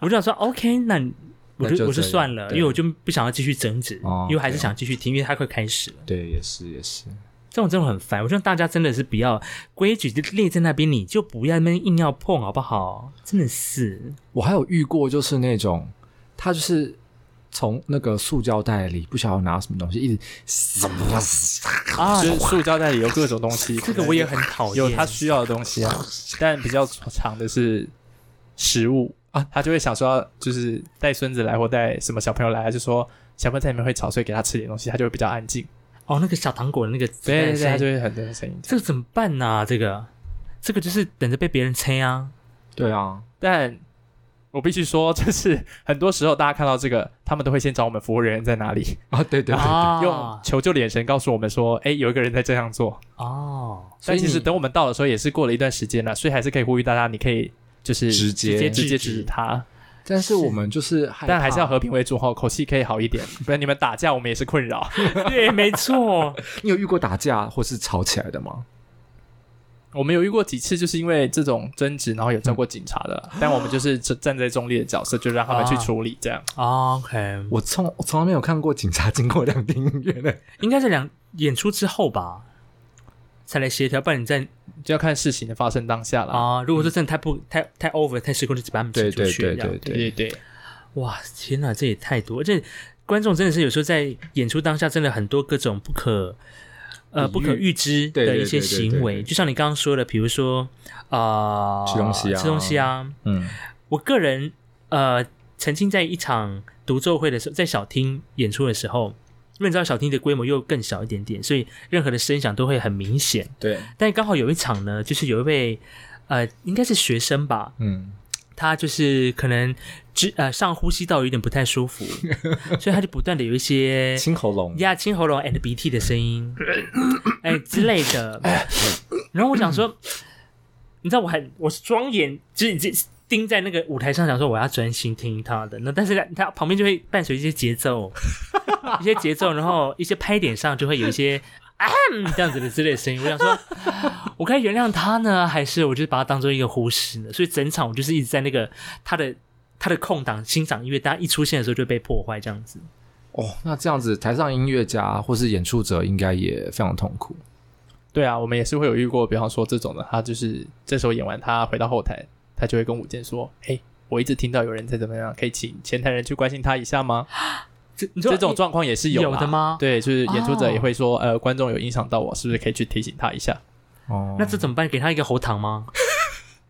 Speaker 1: 我就想 说 OK，那你我
Speaker 2: 那
Speaker 1: 就
Speaker 2: 就
Speaker 1: 我就
Speaker 2: 这样
Speaker 1: 算了，
Speaker 2: 对
Speaker 1: 因为我就不想要继续争执，
Speaker 2: 哦
Speaker 1: 因为我还是
Speaker 2: 对哦
Speaker 1: 想继续听，因为它快开始了。
Speaker 2: 对，也是也是，
Speaker 1: 这种真的很烦，我希望大家真的是不要规矩就列在那边，你就不要那边硬要碰，好不好？真的是
Speaker 2: 我还有遇过，就是那种他就是从那个塑胶袋里不晓得拿什么东西，一直
Speaker 1: 啊
Speaker 3: 就，是塑胶袋里有各种东西，
Speaker 1: 这个我也很讨厌。
Speaker 3: 有他需要的东西啊。 但比较长的是食物啊，他就会想说，就是带孙子来或带什么小朋友来，他就说小朋友在里面会吵，所以给他吃点东西，他就会比较安静。
Speaker 1: 哦，那个小糖果的那个纸
Speaker 3: 对
Speaker 1: 袋
Speaker 3: 对
Speaker 1: 塞，
Speaker 3: 对，他就会很多声音。
Speaker 1: 这个怎么办呢、这个，这个就是等着被别人催啊。
Speaker 2: 对啊，
Speaker 3: 但我必须说，就是很多时候大家看到这个，他们都会先找我们服务人员在哪里，
Speaker 2: 啊，对对对，
Speaker 1: 啊
Speaker 3: 用求救眼神告诉我们说，哎，有一个人在这样做。
Speaker 1: 哦，
Speaker 2: 所
Speaker 3: 但
Speaker 2: 以
Speaker 3: 其实
Speaker 2: 你
Speaker 3: 等我们到的时候，也是过了一段时间了，所以还是可以呼吁大家，你可以就是
Speaker 2: 直接
Speaker 3: 接直
Speaker 1: 直接
Speaker 3: 制止他，
Speaker 2: 但是我们就是害怕，
Speaker 3: 但还是要和平为主哈，口气可以好 一点，不然你们打架我们也是困扰。
Speaker 1: 对，没 错，
Speaker 2: 你有遇过打架或是吵起来的吗？
Speaker 3: 我们有遇过几次，就是因为这种争执，然后有叫过警察的 啦，但我们就是站站在中立的角色，就让他们去
Speaker 1: 啊
Speaker 3: 处理这样。
Speaker 1: 哦 OK，
Speaker 2: 我从我从来没有看过警察经过两厅院的，
Speaker 1: 应该是两演出之后吧，才来协调，不然你在
Speaker 3: 就要看事情的发生当下
Speaker 2: 哦
Speaker 3: 啦。
Speaker 1: 啊、如果说真的太不、太太 over 太失控，就只把他们请出去。这样
Speaker 3: 对对对，
Speaker 1: 哇，天哪，这也太多，而且观众真的是有时候在演出当下，真的很多各种不可。呃，
Speaker 2: 比喻
Speaker 1: 不可预知
Speaker 2: 对
Speaker 1: 的
Speaker 2: 对
Speaker 1: 一些
Speaker 2: 对对
Speaker 1: 行
Speaker 2: 对
Speaker 1: 为，
Speaker 2: 对
Speaker 1: 就像你刚刚说的，比如说啊，
Speaker 2: 吃东西啊
Speaker 1: 吃东西啊，
Speaker 2: 嗯，
Speaker 1: 我个人呃，曾经在一场独奏会的时候，在小厅演出的时候，因为你知道小厅的规模又更小一点点，所以任何的声响都会很明显。
Speaker 2: 对，
Speaker 1: 但刚好有一场呢，就是有一位呃，应该是学生吧，
Speaker 2: 嗯，
Speaker 1: 他就是可能只呃上呼吸道有点不太舒服，所以他就不断的有一
Speaker 3: 哎
Speaker 1: 些
Speaker 2: 清喉咙，
Speaker 1: 压清喉咙 and 鼻涕的声 音，哎之类的。然后我想说，你知道我还我是双眼就是就是盯在那个舞台上，想说我要专心听他的。那但是他旁 边就会伴随一些节奏，一些节奏，然后一些拍点上就会有一些嗯这样子的之类的声音。我想说，我该原谅他呢，还是我就是把他当做一个忽视呢？所以整场我就是一直在那个他的他的空档欣赏音乐，大家一出现的时候就被破坏这样子。
Speaker 2: 哦，那这样子，台上音乐家或是演出者应该也非常痛苦。
Speaker 3: 对啊，我们也是会有遇过，比方说这种的，他就是这时候演完，他回到后台，他就会跟舞健说：“哎，我一直听到有人在怎么样，可以请前台人去关心他一下吗
Speaker 1: 这？” 你说
Speaker 3: 这种状况也是
Speaker 1: 有
Speaker 3: 啦
Speaker 1: 的吗
Speaker 3: 对，就是演出者
Speaker 1: 哦
Speaker 3: 也会说：“呃，观众有影响到我，是不是可以去提醒他一下
Speaker 2: 哦，
Speaker 1: 那这怎么办？给他一个喉糖吗？？”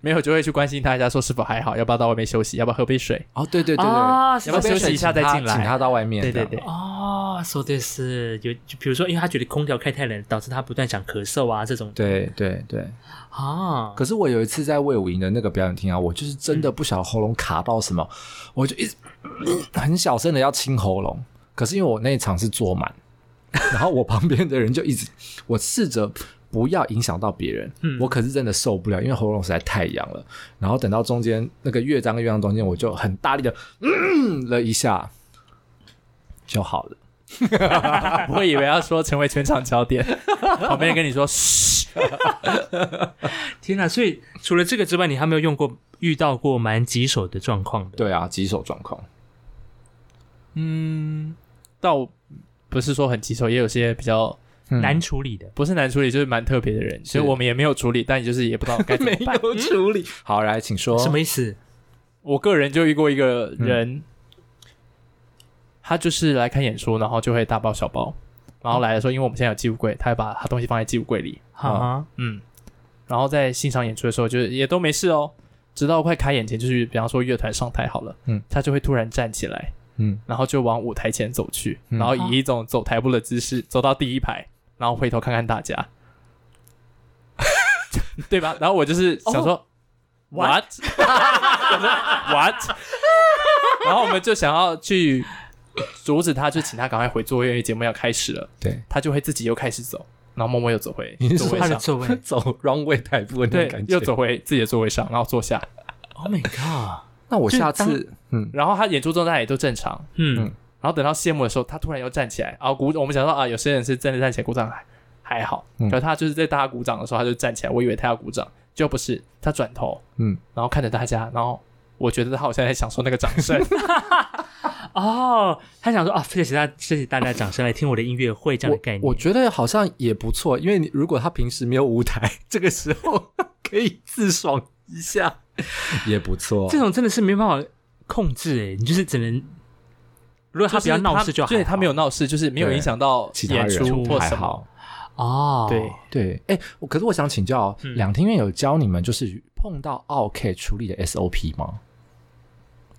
Speaker 3: 没有就会去关心他一下，说是否还好，要不要到外面休息，要不要喝杯水？
Speaker 2: 哦，对对对对，
Speaker 1: 啊
Speaker 2: 要不要
Speaker 3: 休息一下再进来
Speaker 2: 请他到外面。
Speaker 3: 对对
Speaker 2: 这
Speaker 3: 对
Speaker 2: 样，
Speaker 1: 哦，说的是有，就比如说，因为他觉得空调开太冷，导致他不断想咳嗽啊，这种
Speaker 2: 对对对。
Speaker 1: 啊，
Speaker 2: 可是我有一次在魏武营的那个表演厅啊，我就是真的不晓得喉咙卡到什么，我就一直嗯很小声的要清喉咙。可是因为我那一场是坐满， 然后我旁边的人就一直，我试着不要影响到别人，
Speaker 1: 嗯
Speaker 2: 我可是真的受不了，因为喉咙实在太痒了。然后等到中间那个乐章跟乐章中间，我就很大力的嗯了一下就好了。
Speaker 3: 啊不会以为要说成为全场焦点，旁边人跟你说：“嘘。
Speaker 1: 天哪！所以除了这个之外，你还没有用过遇到过蛮棘手的状况的。
Speaker 2: 对啊，棘手状况。”
Speaker 3: 嗯，倒不是说很棘手，也有些比较
Speaker 1: 难
Speaker 2: 嗯
Speaker 1: 处理的，
Speaker 3: 不是难处理，就是蛮特别的人，所以我们也没有处理，但就是也不知道该怎 么办。
Speaker 2: 有处理。好，来，请说。
Speaker 1: 什么意思？
Speaker 3: 我个人就遇过一个人，嗯他就是来看演出，然后就会大包小包，然后来的时候，因为我们现在有寄物柜，他会把他东西放在寄物柜里，
Speaker 1: 啊，
Speaker 3: 嗯，然后在欣赏演出的时候，就是也都没事哦，直到快开演前，就是比方说乐团上台好了，
Speaker 2: 嗯
Speaker 3: 他就会突然站起来，
Speaker 2: 嗯，
Speaker 3: 然后就往舞台前走去，
Speaker 2: 嗯
Speaker 3: 然后以一种走台步的姿势走到第一排，然后回头看看大家， 对吧？然后我就是想说、
Speaker 1: what？
Speaker 3: 哦 what，想说 what，然后我们就想要去阻止他，就请他赶快回座位，因为节目要开始了，
Speaker 2: 对，
Speaker 3: 他就会自己又开始走，然后默默又走回
Speaker 2: 你是
Speaker 3: 座
Speaker 2: 说
Speaker 3: 位
Speaker 1: 他的
Speaker 3: 上，
Speaker 1: 座位
Speaker 2: 走 wrong way 台步的那种
Speaker 3: 对
Speaker 2: 感，觉。
Speaker 3: 又走回自己的座位上，然后坐下，
Speaker 1: ，Oh my god！
Speaker 2: 那我下
Speaker 1: 就
Speaker 2: 次，嗯，
Speaker 3: 然后他演出状态也都正常，
Speaker 1: 嗯
Speaker 2: 嗯，
Speaker 3: 然后等到谢幕的时候，他突然又站起来，啊鼓，我们想说啊，有些人是真的站起来鼓掌还还好，
Speaker 2: 嗯
Speaker 3: 可是他就是在大家鼓掌的时候，他就站起来，我以为他要鼓掌，就不是，他转头，
Speaker 2: 嗯，
Speaker 3: 然后看着大家，然后我觉得他好像在享受那个掌 声，
Speaker 1: 哦，他想说啊，谢谢大家，谢谢大家的掌声来听我的音乐会这样的概念。
Speaker 2: 我我觉得好像也不错，因为你如果他平时没有舞台， 这个时候 可以自爽一下，也不错
Speaker 1: 这。种真的是没办法控制诶，你就是只能，如果他
Speaker 3: 就是
Speaker 1: 不要闹事就好。
Speaker 3: 对他没有闹事，就是没有
Speaker 2: 对
Speaker 3: 影响到
Speaker 2: 其他
Speaker 3: 演出
Speaker 2: 人
Speaker 3: 或
Speaker 2: 还
Speaker 3: 什么，
Speaker 2: 好，
Speaker 1: 哦，
Speaker 3: 对，
Speaker 2: 对，哎、我可是我想请教哦，
Speaker 1: 嗯
Speaker 2: 两厅院有教你们就是碰到 OK 处理的 SOP 吗？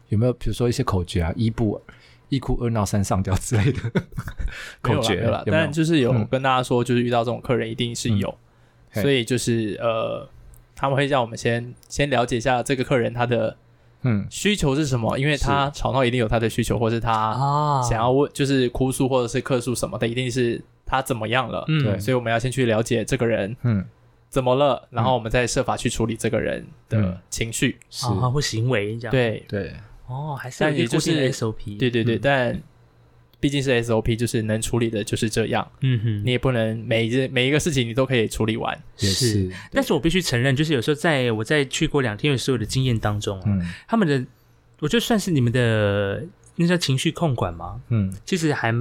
Speaker 2: 有没有比如说一些口诀啊，一不一哭二闹三上吊之类的
Speaker 3: 没有
Speaker 2: 口诀？
Speaker 3: 啦没有啦
Speaker 2: 有没有
Speaker 3: 但就是有
Speaker 2: 嗯
Speaker 3: 跟大家说，就是遇到这种客人一定是有，
Speaker 2: 嘿
Speaker 3: 所以就是呃，他们会让我们先先了解一下这个客人他的
Speaker 2: 嗯
Speaker 3: 需求是什么，因为他吵闹一定有他的需求，或是他
Speaker 1: 啊，
Speaker 3: 想要问就是哭诉或者是客诉什么的，一定是他怎么样了，
Speaker 1: 嗯
Speaker 2: 对
Speaker 3: 所以我们要先去了解这个人
Speaker 2: 嗯，
Speaker 3: 怎么了，然后我们再设法去处理这个人
Speaker 2: 嗯
Speaker 3: 的情绪。
Speaker 2: 是，
Speaker 1: 啊或行为这样。，
Speaker 3: 对
Speaker 2: 对，
Speaker 1: 哦，还是有
Speaker 3: 但
Speaker 1: 一
Speaker 3: 也
Speaker 1: 个固定
Speaker 3: 就是
Speaker 1: 的 SOP。
Speaker 3: 对，对对，
Speaker 2: 嗯
Speaker 3: 但毕竟是 SOP，就是能处理的就是这样，
Speaker 1: 嗯哼
Speaker 3: 你，也不能每一件每一个事情你都可以处理完。
Speaker 2: 也是，
Speaker 1: 但是我必须承认，就是有时候在我在去过两天的所有的经验当中啊，
Speaker 2: 嗯
Speaker 1: 他们的，我觉得算是你们的那叫情绪控管吗？
Speaker 2: 嗯
Speaker 1: 其实还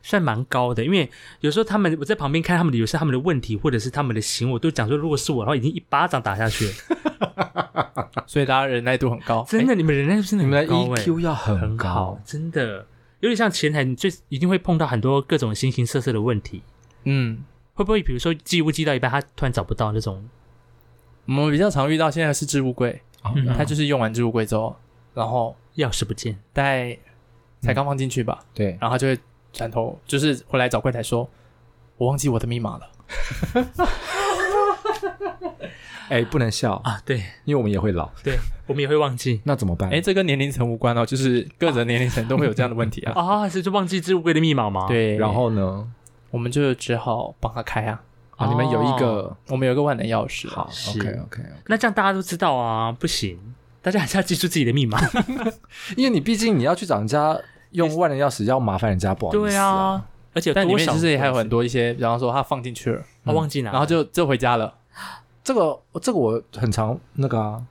Speaker 1: 算蛮高的，因为有时候他们我在旁边看他们的，有时候他们的问题或者是他们的行为，我都讲说，如果是我的话，已经一巴掌打下去了。
Speaker 3: 所以大家忍耐度很高，
Speaker 1: 啊
Speaker 3: 哎
Speaker 1: 真的，你们人类真的很
Speaker 2: 你们的
Speaker 1: 高欸
Speaker 2: EQ 要很
Speaker 1: 很
Speaker 2: 高
Speaker 1: 好，，真的有点像前台，你最一定会碰到很多各种形形色色的问题。
Speaker 3: 嗯。
Speaker 1: 会不会比如说寄物寄到一半，他突然找不到那种？
Speaker 3: 我们比较常遇到现在是置物柜，
Speaker 1: 嗯
Speaker 3: 他就是用完置物柜之后，然后
Speaker 1: 钥匙不见，
Speaker 3: 大概才刚放进去吧，
Speaker 2: 对，
Speaker 3: 然后他就会转头，就是回来找柜台说：“我忘记我的密码了。
Speaker 2: 哎、不能笑，
Speaker 1: 啊！对
Speaker 2: 因为我们也会老，
Speaker 1: 对，我们也会忘记
Speaker 2: 那怎么”办？
Speaker 3: 哎，这跟年龄层无关哦，就是个人年龄层都会有这样的问题啊。
Speaker 1: 啊，是就忘记置物柜的密码吗？，
Speaker 3: 对，
Speaker 2: 然后呢？
Speaker 3: 我们就只好帮他开啊。
Speaker 2: 啊，
Speaker 1: 哦
Speaker 2: 你们有一个、
Speaker 3: 我们有一个万能钥匙，
Speaker 2: 好
Speaker 1: 是
Speaker 2: ，OK OK，
Speaker 1: 那这样大家都知道啊，不行，大家还是要记住自己的密 码。
Speaker 2: 因为你毕竟你要去找人家用万能钥匙，要麻烦人家，不好意
Speaker 1: 对
Speaker 2: 思、
Speaker 1: 啊，而且有
Speaker 3: 但里
Speaker 1: 多
Speaker 3: 面
Speaker 1: 少
Speaker 3: 其实也还有很
Speaker 1: 多，
Speaker 3: 多一些，比方说他放进去了，
Speaker 1: 我忘记拿了，
Speaker 3: 然后就就回家了。
Speaker 2: 这个这个我很常那个啊，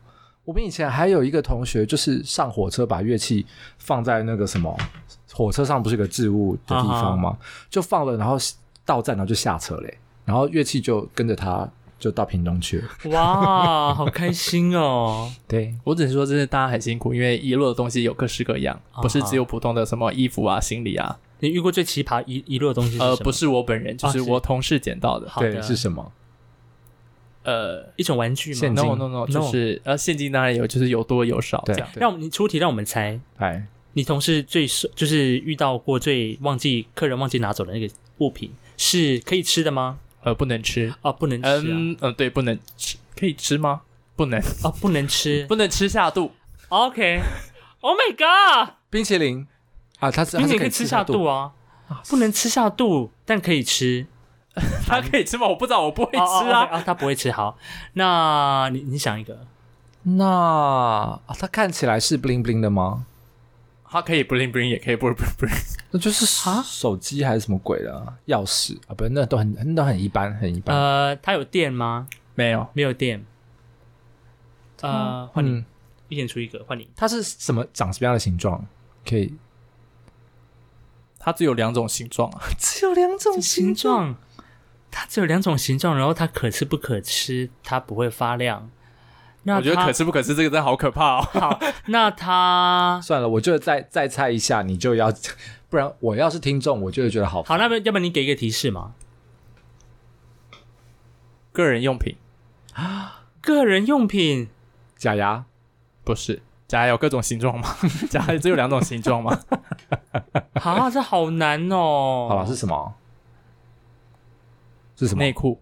Speaker 2: 我们以前还有一个同学，就是上火车把乐器放在那个什么火车上，不是有个置物的地方
Speaker 1: 啊
Speaker 2: 吗？就放了，然后到站，然后就下车嘞，然后乐器就跟着他就到屏东去了。
Speaker 1: 哇， 好开心哦！
Speaker 2: 对，
Speaker 3: 我只能说，真是大家很辛苦，因为遗落的东西有各式各样，不是只有普通的什么衣服啊、行李啊。
Speaker 1: 你遇过最奇葩遗遗落的东西是什么？
Speaker 3: 呃，不是我本人，就
Speaker 1: 啊
Speaker 3: 是
Speaker 1: 是
Speaker 3: 我同事捡到的。
Speaker 1: 好
Speaker 2: 对，
Speaker 1: 的，
Speaker 2: 是什么？
Speaker 3: 呃
Speaker 1: 一种玩具
Speaker 2: 现
Speaker 1: 吗？
Speaker 2: 金
Speaker 3: ，no no no，
Speaker 1: No
Speaker 3: 就是呃，现金当然有，就是有多有少这
Speaker 2: 对
Speaker 3: 样。
Speaker 1: 让我们你出题，让我们猜，
Speaker 2: 哎，
Speaker 1: 你同事最受就是遇到过最忘记客人忘记拿走的那个物品是可以吃的吗？
Speaker 3: 呃，不能吃。
Speaker 1: 啊，不能吃啊，
Speaker 3: 嗯嗯，对，不能吃，可以吃吗？不 能，
Speaker 1: 啊不能吃。
Speaker 3: 不能吃下肚。
Speaker 1: OK，Oh my God，
Speaker 2: 冰淇淋啊，它是
Speaker 1: 冰淇淋
Speaker 2: 它
Speaker 1: 可以
Speaker 2: 是
Speaker 1: 吃下
Speaker 2: 肚
Speaker 1: 肚啊，不能吃下肚，但可以吃。
Speaker 3: 他可以吃吗？我不知道，我不会
Speaker 1: 可以吃
Speaker 3: 吃
Speaker 1: 啊，
Speaker 3: 啊。
Speaker 1: 啊，他不会吃。好，那你你想一个，
Speaker 2: 那、啊它看起来是 bling bling 的吗？
Speaker 3: 他可以 bling bling，也可以不 bling bling。
Speaker 2: 那就是
Speaker 1: 啊
Speaker 2: 手机还是什么鬼的啊钥匙啊？不是，那都很那都很一般，很一般。
Speaker 1: 呃，他有电吗？
Speaker 3: 没有，
Speaker 1: 没有电。呃，换你
Speaker 2: 嗯，
Speaker 1: 一人出一个，换你。
Speaker 2: 它是什么长什么样的形状？可以
Speaker 3: 它只有两种形状啊。
Speaker 2: 只有两种
Speaker 1: 形状，它只有两种形状，然后它可吃不可吃，它不会发亮。那
Speaker 3: 我觉得
Speaker 1: 它
Speaker 3: 可吃不可吃这个真的好可怕哦。
Speaker 1: 好，那它
Speaker 2: 算了，我就再再猜一下，你就要， 不然我要是听众，我就会觉得好。
Speaker 1: 好，那么要不然你给一个提示嘛？
Speaker 3: 个人用品
Speaker 1: 个人用品，
Speaker 2: 假牙
Speaker 3: 不是。假牙有各种形状吗？ 假牙只有两种形状吗？
Speaker 1: 啊，这好难哦。
Speaker 2: 好了是什么？是什么
Speaker 3: 内？裤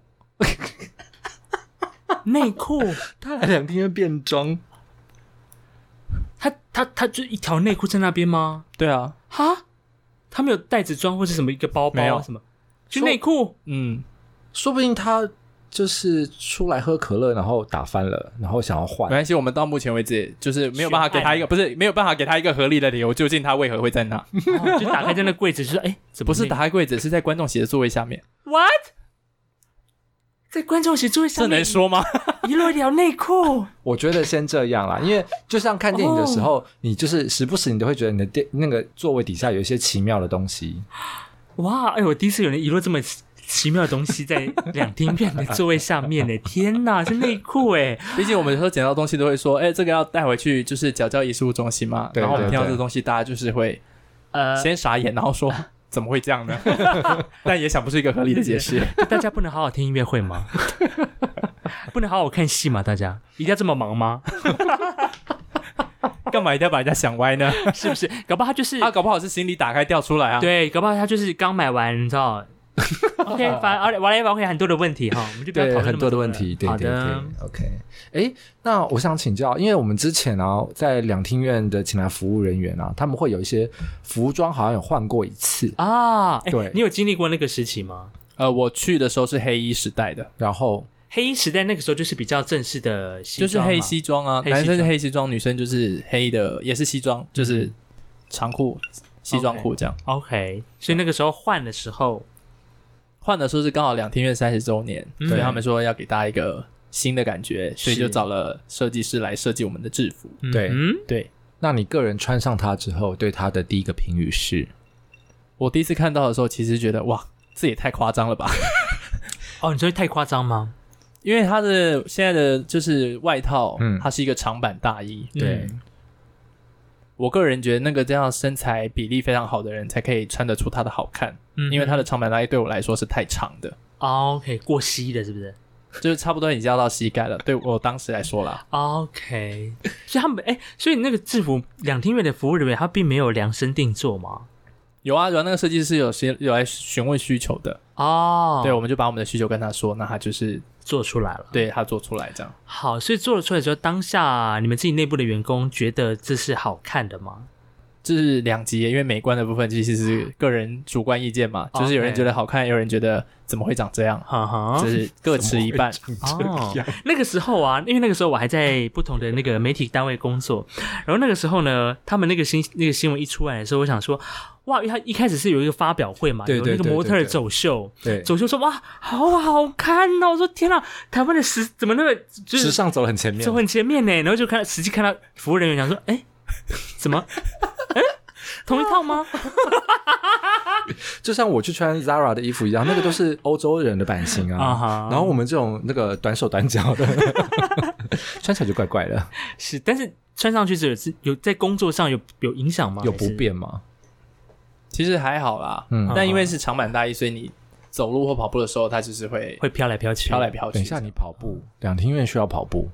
Speaker 1: 内裤，
Speaker 2: 他来两天就变装，
Speaker 1: 它它它就一条内裤在那边吗？
Speaker 3: 对啊，
Speaker 1: 哈，它没有袋子装或是什么一个包包啊
Speaker 3: 没有
Speaker 1: 什么，就内 裤
Speaker 3: 嗯，
Speaker 2: 说不定他就是出来喝可乐，然后打翻了，然后想要
Speaker 3: 没
Speaker 2: 换。
Speaker 3: 关系，我们到目前为止就是没有办法给他一
Speaker 1: 血
Speaker 3: 个，
Speaker 1: 汗
Speaker 3: 不是没有办法给他一个合理的理由，究竟他为何会在 那？
Speaker 1: 哦就打开在那柜子，就是哎，怎么
Speaker 3: 不是
Speaker 1: 内
Speaker 3: 打开柜子，是在观众席的座位下面，
Speaker 1: what？在观众席座位上
Speaker 3: 这
Speaker 1: 面
Speaker 3: 能说吗？
Speaker 1: 遗落一条内裤，
Speaker 2: 我觉得先这样啦，因为就像看电影的时候，你就是时不时你都会觉得你的电那个座位底下有一些奇妙的东西。
Speaker 1: 哇！哎，我第一次有人遗落这么奇奇妙的东西在两厅院的座位下面呢，天哪，是内裤哎！
Speaker 3: 毕竟我们说捡到东西都会说，哎、这个要带回去，就是缴交遗失物中心嘛。
Speaker 2: 对
Speaker 3: 然后我们
Speaker 2: 对
Speaker 3: 听到
Speaker 2: 对
Speaker 3: 这个东西，大家就是会
Speaker 1: 呃，
Speaker 3: 先傻眼，然 后说怎么会这样呢？ 但也想不出一个合理的 解释。
Speaker 1: 就大家不能好好听音乐会 吗？不能好好看戏吗？大家一定要这么忙吗？
Speaker 3: 干嘛一定要把人家想 歪呢？
Speaker 1: 是不是？搞不好他就是
Speaker 3: 他搞不好是行李打开掉出来啊。，
Speaker 1: 对，搞不好他就是刚买完，你知 道？OK，反而完了以后会有很多的问题哈，我们就不要讨
Speaker 2: 对，
Speaker 1: 论那
Speaker 2: 很
Speaker 1: 么
Speaker 2: 多的
Speaker 1: 了
Speaker 2: 问题，对
Speaker 1: 好
Speaker 2: 对
Speaker 1: 的，
Speaker 2: 对，OK。哎，那我想请教，因为我们之前啊，在两厅院的请来服务人员啊，他们会有一些服装好像有换过一次，
Speaker 1: 啊，哎
Speaker 2: 对
Speaker 1: 你有经历过那个时期吗？
Speaker 3: 呃，我去的时候是黑衣时代的，
Speaker 2: 然后
Speaker 1: 黑衣时代那个时候就是比较正式的西
Speaker 3: 就
Speaker 1: 装
Speaker 3: 是
Speaker 1: 嘛
Speaker 3: 黑西装啊，
Speaker 1: 黑西装嗯
Speaker 3: 男生是黑西装，女生就是黑的，也是西装，就是长裤、西装裤这样。
Speaker 1: OK，所以那个时候换的时候，
Speaker 3: 换的时候是刚好两天院三十周年，
Speaker 1: 嗯
Speaker 3: 所以他们说要给大家一个新的感觉，所以
Speaker 1: 是
Speaker 3: 就找了设计师来设计我们的制服。
Speaker 2: 对
Speaker 1: 嗯，
Speaker 3: 对
Speaker 2: 那你个人穿上它之后，对它的第一个评语是？
Speaker 3: 我第一次看到的时候，其实觉得哇，这也太夸张了吧！
Speaker 1: 哦，你说太夸张吗？
Speaker 3: 因为它的现在的就是外套，
Speaker 2: 嗯
Speaker 3: 它是一个长版大衣。
Speaker 2: 对
Speaker 1: 嗯
Speaker 3: 我个人觉得那个这样身材比例非常好的人才可以穿得出它的好看，
Speaker 1: 嗯
Speaker 3: 因为它的长版大衣对我来说是太长的，
Speaker 1: 哦 OK 过膝的，是不是
Speaker 3: 就是差不多已经要到膝盖了。对我当时来说啦，
Speaker 1: ？OK，所以他们哎，所以那个制服两厅院的服务人员他并没有量身定做嘛？
Speaker 3: 有啊，有啊那个设计师有些有来询问需求的，
Speaker 1: 哦，
Speaker 3: 对，我们就把我们的需求跟他说，那他就是
Speaker 1: 做出来了。
Speaker 3: 对他做出来这样。
Speaker 1: 好，所以做了出来之后，当下你们自己内部的员工觉得这是好看的吗？
Speaker 3: 这是两极，因为美观的部分其实是个人主观意见嘛，
Speaker 1: 哦啊
Speaker 3: 就是有人觉得好看，有人觉得怎么会长这样，
Speaker 1: 哈哈
Speaker 3: 就，是各持一半。
Speaker 1: 哦，那个时候啊，因为那个时候我还在不同的那个媒体单位工作，然后那个时候呢，他们那个新那个新闻一出来的时候，我想说，哇，因为他一开始是有一个发表会嘛，
Speaker 2: 对
Speaker 1: 有
Speaker 2: 对
Speaker 1: 那个
Speaker 2: 对
Speaker 1: 模
Speaker 2: 对
Speaker 1: 特儿
Speaker 2: 对
Speaker 1: 走秀，
Speaker 2: 对，
Speaker 1: 走秀说哇，好好看哦！我说天哪，台湾的时怎么那么就
Speaker 2: 时
Speaker 1: 是
Speaker 2: 尚走得很前面
Speaker 1: 走，很前面呢？然后就看到实际看到服务人员想说，哎、怎么， 哎、同一套吗？
Speaker 2: 就像我去穿 Zara 的衣服一样，那个都 是欧洲人的版型
Speaker 1: 啊
Speaker 2: 啊。
Speaker 1: 哈
Speaker 2: 然后我们这种那个短手短脚 的，穿起来就怪怪的，
Speaker 1: 是，但是穿上去是有是有在工作上有有影响吗？
Speaker 2: 有
Speaker 1: 还
Speaker 2: 不
Speaker 1: 是？
Speaker 2: 便吗？
Speaker 3: 其实还好啦，
Speaker 2: 嗯
Speaker 3: 但因为是长版大衣，所以你走路或跑步的时候，它就是会
Speaker 1: 会飘来飘去，
Speaker 3: 飘来飘去。
Speaker 2: 等一下，你跑步，两厅院需要跑步，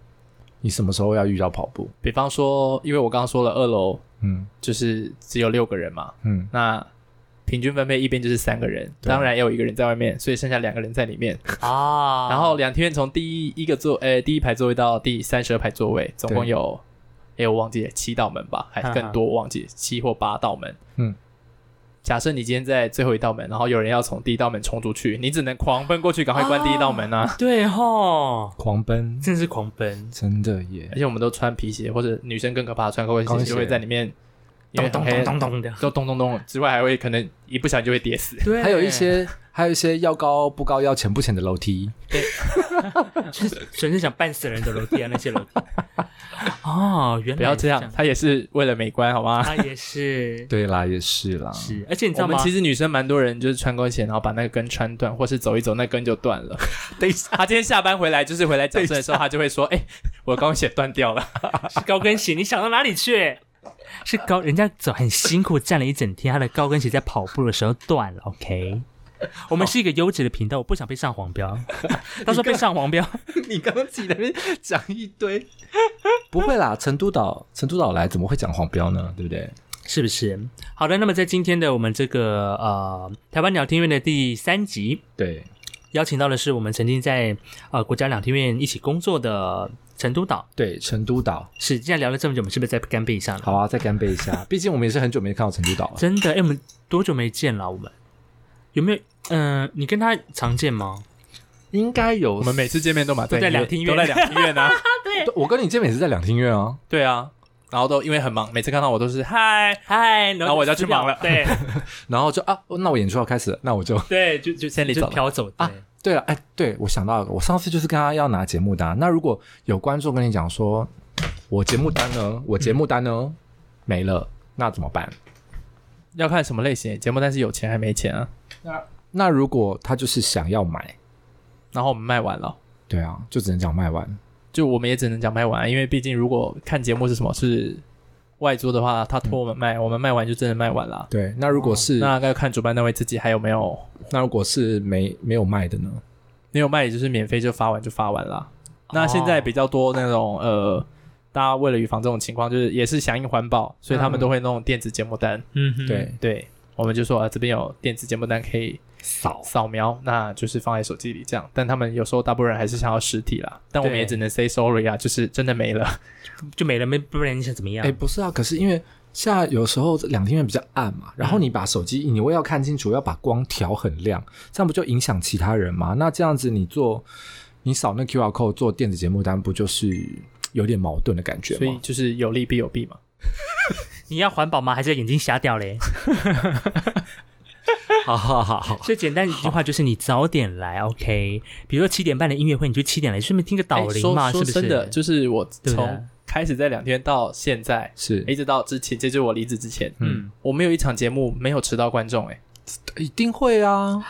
Speaker 2: 你什么时候要遇到跑步？
Speaker 3: 比方说，因为我刚刚说了，二楼
Speaker 2: 嗯
Speaker 3: 就是只有六个人嘛，
Speaker 2: 嗯，
Speaker 3: 那平均分配一边就是三个人，
Speaker 2: 对
Speaker 3: 当然也有一个人在外面，所以剩下两个人在里面。
Speaker 1: 啊，
Speaker 3: 然后两天从第一一个座，呃，第一排座位到第三十二排座位，总共
Speaker 2: 对
Speaker 3: 有，哎，我忘记了七道门吧，还
Speaker 1: 哈哈
Speaker 3: 更多，我忘记七或八道门。
Speaker 2: 嗯，
Speaker 3: 假设你今天在最后一道门，然后有人要从第一道门冲出去，你只能狂奔过去，赶快关第一道门啊！
Speaker 1: 对吼，
Speaker 2: 狂奔，
Speaker 1: 真是狂奔，
Speaker 2: 真的耶
Speaker 3: 而！且我们都穿皮鞋，或者女生更可怕，穿高跟
Speaker 2: 高
Speaker 3: 鞋
Speaker 2: 跟鞋
Speaker 3: 就会在里面，因为
Speaker 1: 咚
Speaker 3: 很
Speaker 1: 咚咚，
Speaker 3: 黑
Speaker 1: 咚咚的。
Speaker 3: 都咚咚咚之外，还会可能一不小心就会跌死。
Speaker 1: 对，
Speaker 2: 还有一些，还有一些要高不高，要浅不浅的楼梯，
Speaker 1: 就是纯是想绊死人的楼梯啊，那些楼梯。哦，原来
Speaker 3: 不要
Speaker 1: 是
Speaker 3: 这样，，他也是为了美观，好吗？
Speaker 1: 他也 是
Speaker 2: 对啦，也是啦，
Speaker 1: 是，而且你知
Speaker 3: 我
Speaker 1: 道
Speaker 3: 们
Speaker 1: 吗？
Speaker 3: 其实女生蛮多人就是穿高跟鞋，然后把那个跟穿断，或是走一走那根就断 了。
Speaker 2: 等一下，
Speaker 3: 他今天下班回来就是回来矫正的时候，他就会说：“哎、我的高跟鞋断掉 了。
Speaker 1: 是高跟鞋，你想到哪里去？是高，人家走很辛苦，站了一整天，他的高跟鞋在跑步的时候断了。OK，我
Speaker 3: 哦
Speaker 1: 们是一个优质的频道，我不想被上黄标， 到时候被上黄标，”
Speaker 3: 你刚刚自己在那边讲一堆，
Speaker 2: 不会啦，成都岛，成都岛来怎么会讲黄标呢？对不对？
Speaker 1: 是不是？好的，那么在今天的我们这个呃台湾鸟听院的第三集，
Speaker 2: 对，
Speaker 1: 邀请到的是我们曾经在呃国家两厅院一起工作的成都岛。
Speaker 2: 对，成都岛，
Speaker 1: 是，既然聊了这么久，我们是不是在干杯上了？
Speaker 2: 好啊，再干杯一下，毕竟我们也是很久没看到成都岛了。
Speaker 1: 真的，哎、我们多久没见了？我们有没有？嗯、你跟他常见吗？
Speaker 2: 应该有，
Speaker 3: 我们每次见面都嘛
Speaker 1: 都在两厅院
Speaker 3: 都在两厅 院啊。
Speaker 2: 对我跟你见面也是在两厅院哦，
Speaker 3: 对啊，然后都因为很忙，每次看到我都是嗨，
Speaker 1: 嗨，然
Speaker 3: 然后我就要去忙 了
Speaker 1: 对
Speaker 2: 然后就啊，那我演出要开始了，那我就
Speaker 1: 对，就就
Speaker 3: 千里
Speaker 1: 就
Speaker 3: 走了
Speaker 1: 飘走
Speaker 2: 啊
Speaker 1: 对
Speaker 2: 对了，哎，对我想到了，我上次就是跟他要拿节目单，那如果有观众跟你讲说，我节目单呢，我节目单呢、没了，那怎么办？
Speaker 3: 要看什么类型节目，但是有钱还没钱啊。
Speaker 2: 那如果他就是想要买，
Speaker 3: 然后我们卖完了，
Speaker 2: 对啊，就只能讲卖完。
Speaker 3: 就我们也只能讲卖完，因为毕竟如果看节目是什么是外租的话，他托我们卖，我们卖完就真的卖完了。
Speaker 2: 对，那如果是、
Speaker 3: 那要看主办单位自己还有没有，
Speaker 2: 那如果是没没有卖的呢？
Speaker 3: 没有卖也就是免费就发完就发完了。
Speaker 1: 哦
Speaker 3: 那现在比较多那种呃，大家为了预防这种情况，就是也是响应环保，所以他们都会弄电子节目单。
Speaker 1: 嗯哼，
Speaker 2: 对，
Speaker 3: 对，我们就说啊，这边有电子节目单可以
Speaker 2: 少
Speaker 3: 扫描，那就是放在手机里这样。但他们有时候大部分人还是想要实体啦，但我们
Speaker 1: 对
Speaker 3: 也只能 say sorry 啊，就是真的没了。
Speaker 1: 就没了，没不然你想怎么样？
Speaker 2: 哎、不是啊，可是因为现在有时候两厅院比较暗嘛，然
Speaker 3: 嗯
Speaker 2: 后你把手机，你为要看清楚，要把光调很亮，这样不就影响其他人吗？那这样子你做，你扫那 QR code 做电子节目单，不就是有点矛盾的感觉
Speaker 3: 所以
Speaker 2: 吗？
Speaker 3: 就是有利必有弊嘛。
Speaker 1: 你要环保吗？还是眼睛瞎掉嘞？
Speaker 2: 好好好好，
Speaker 1: 最简单一句话就是你早点来，OK？比如说七点半的音乐会，你就七点来，顺便听个导
Speaker 3: 哎
Speaker 1: 铃
Speaker 3: 说
Speaker 1: 嘛，是
Speaker 3: 说
Speaker 1: 不是？
Speaker 3: 真的，就是我
Speaker 1: 对啊不对
Speaker 3: 从开始在两天到现在，
Speaker 2: 是
Speaker 3: 一直到之前，这就是我离职之前，
Speaker 1: 嗯，
Speaker 3: 我没有一场节目没有迟到观众哎、
Speaker 2: 一定会啊。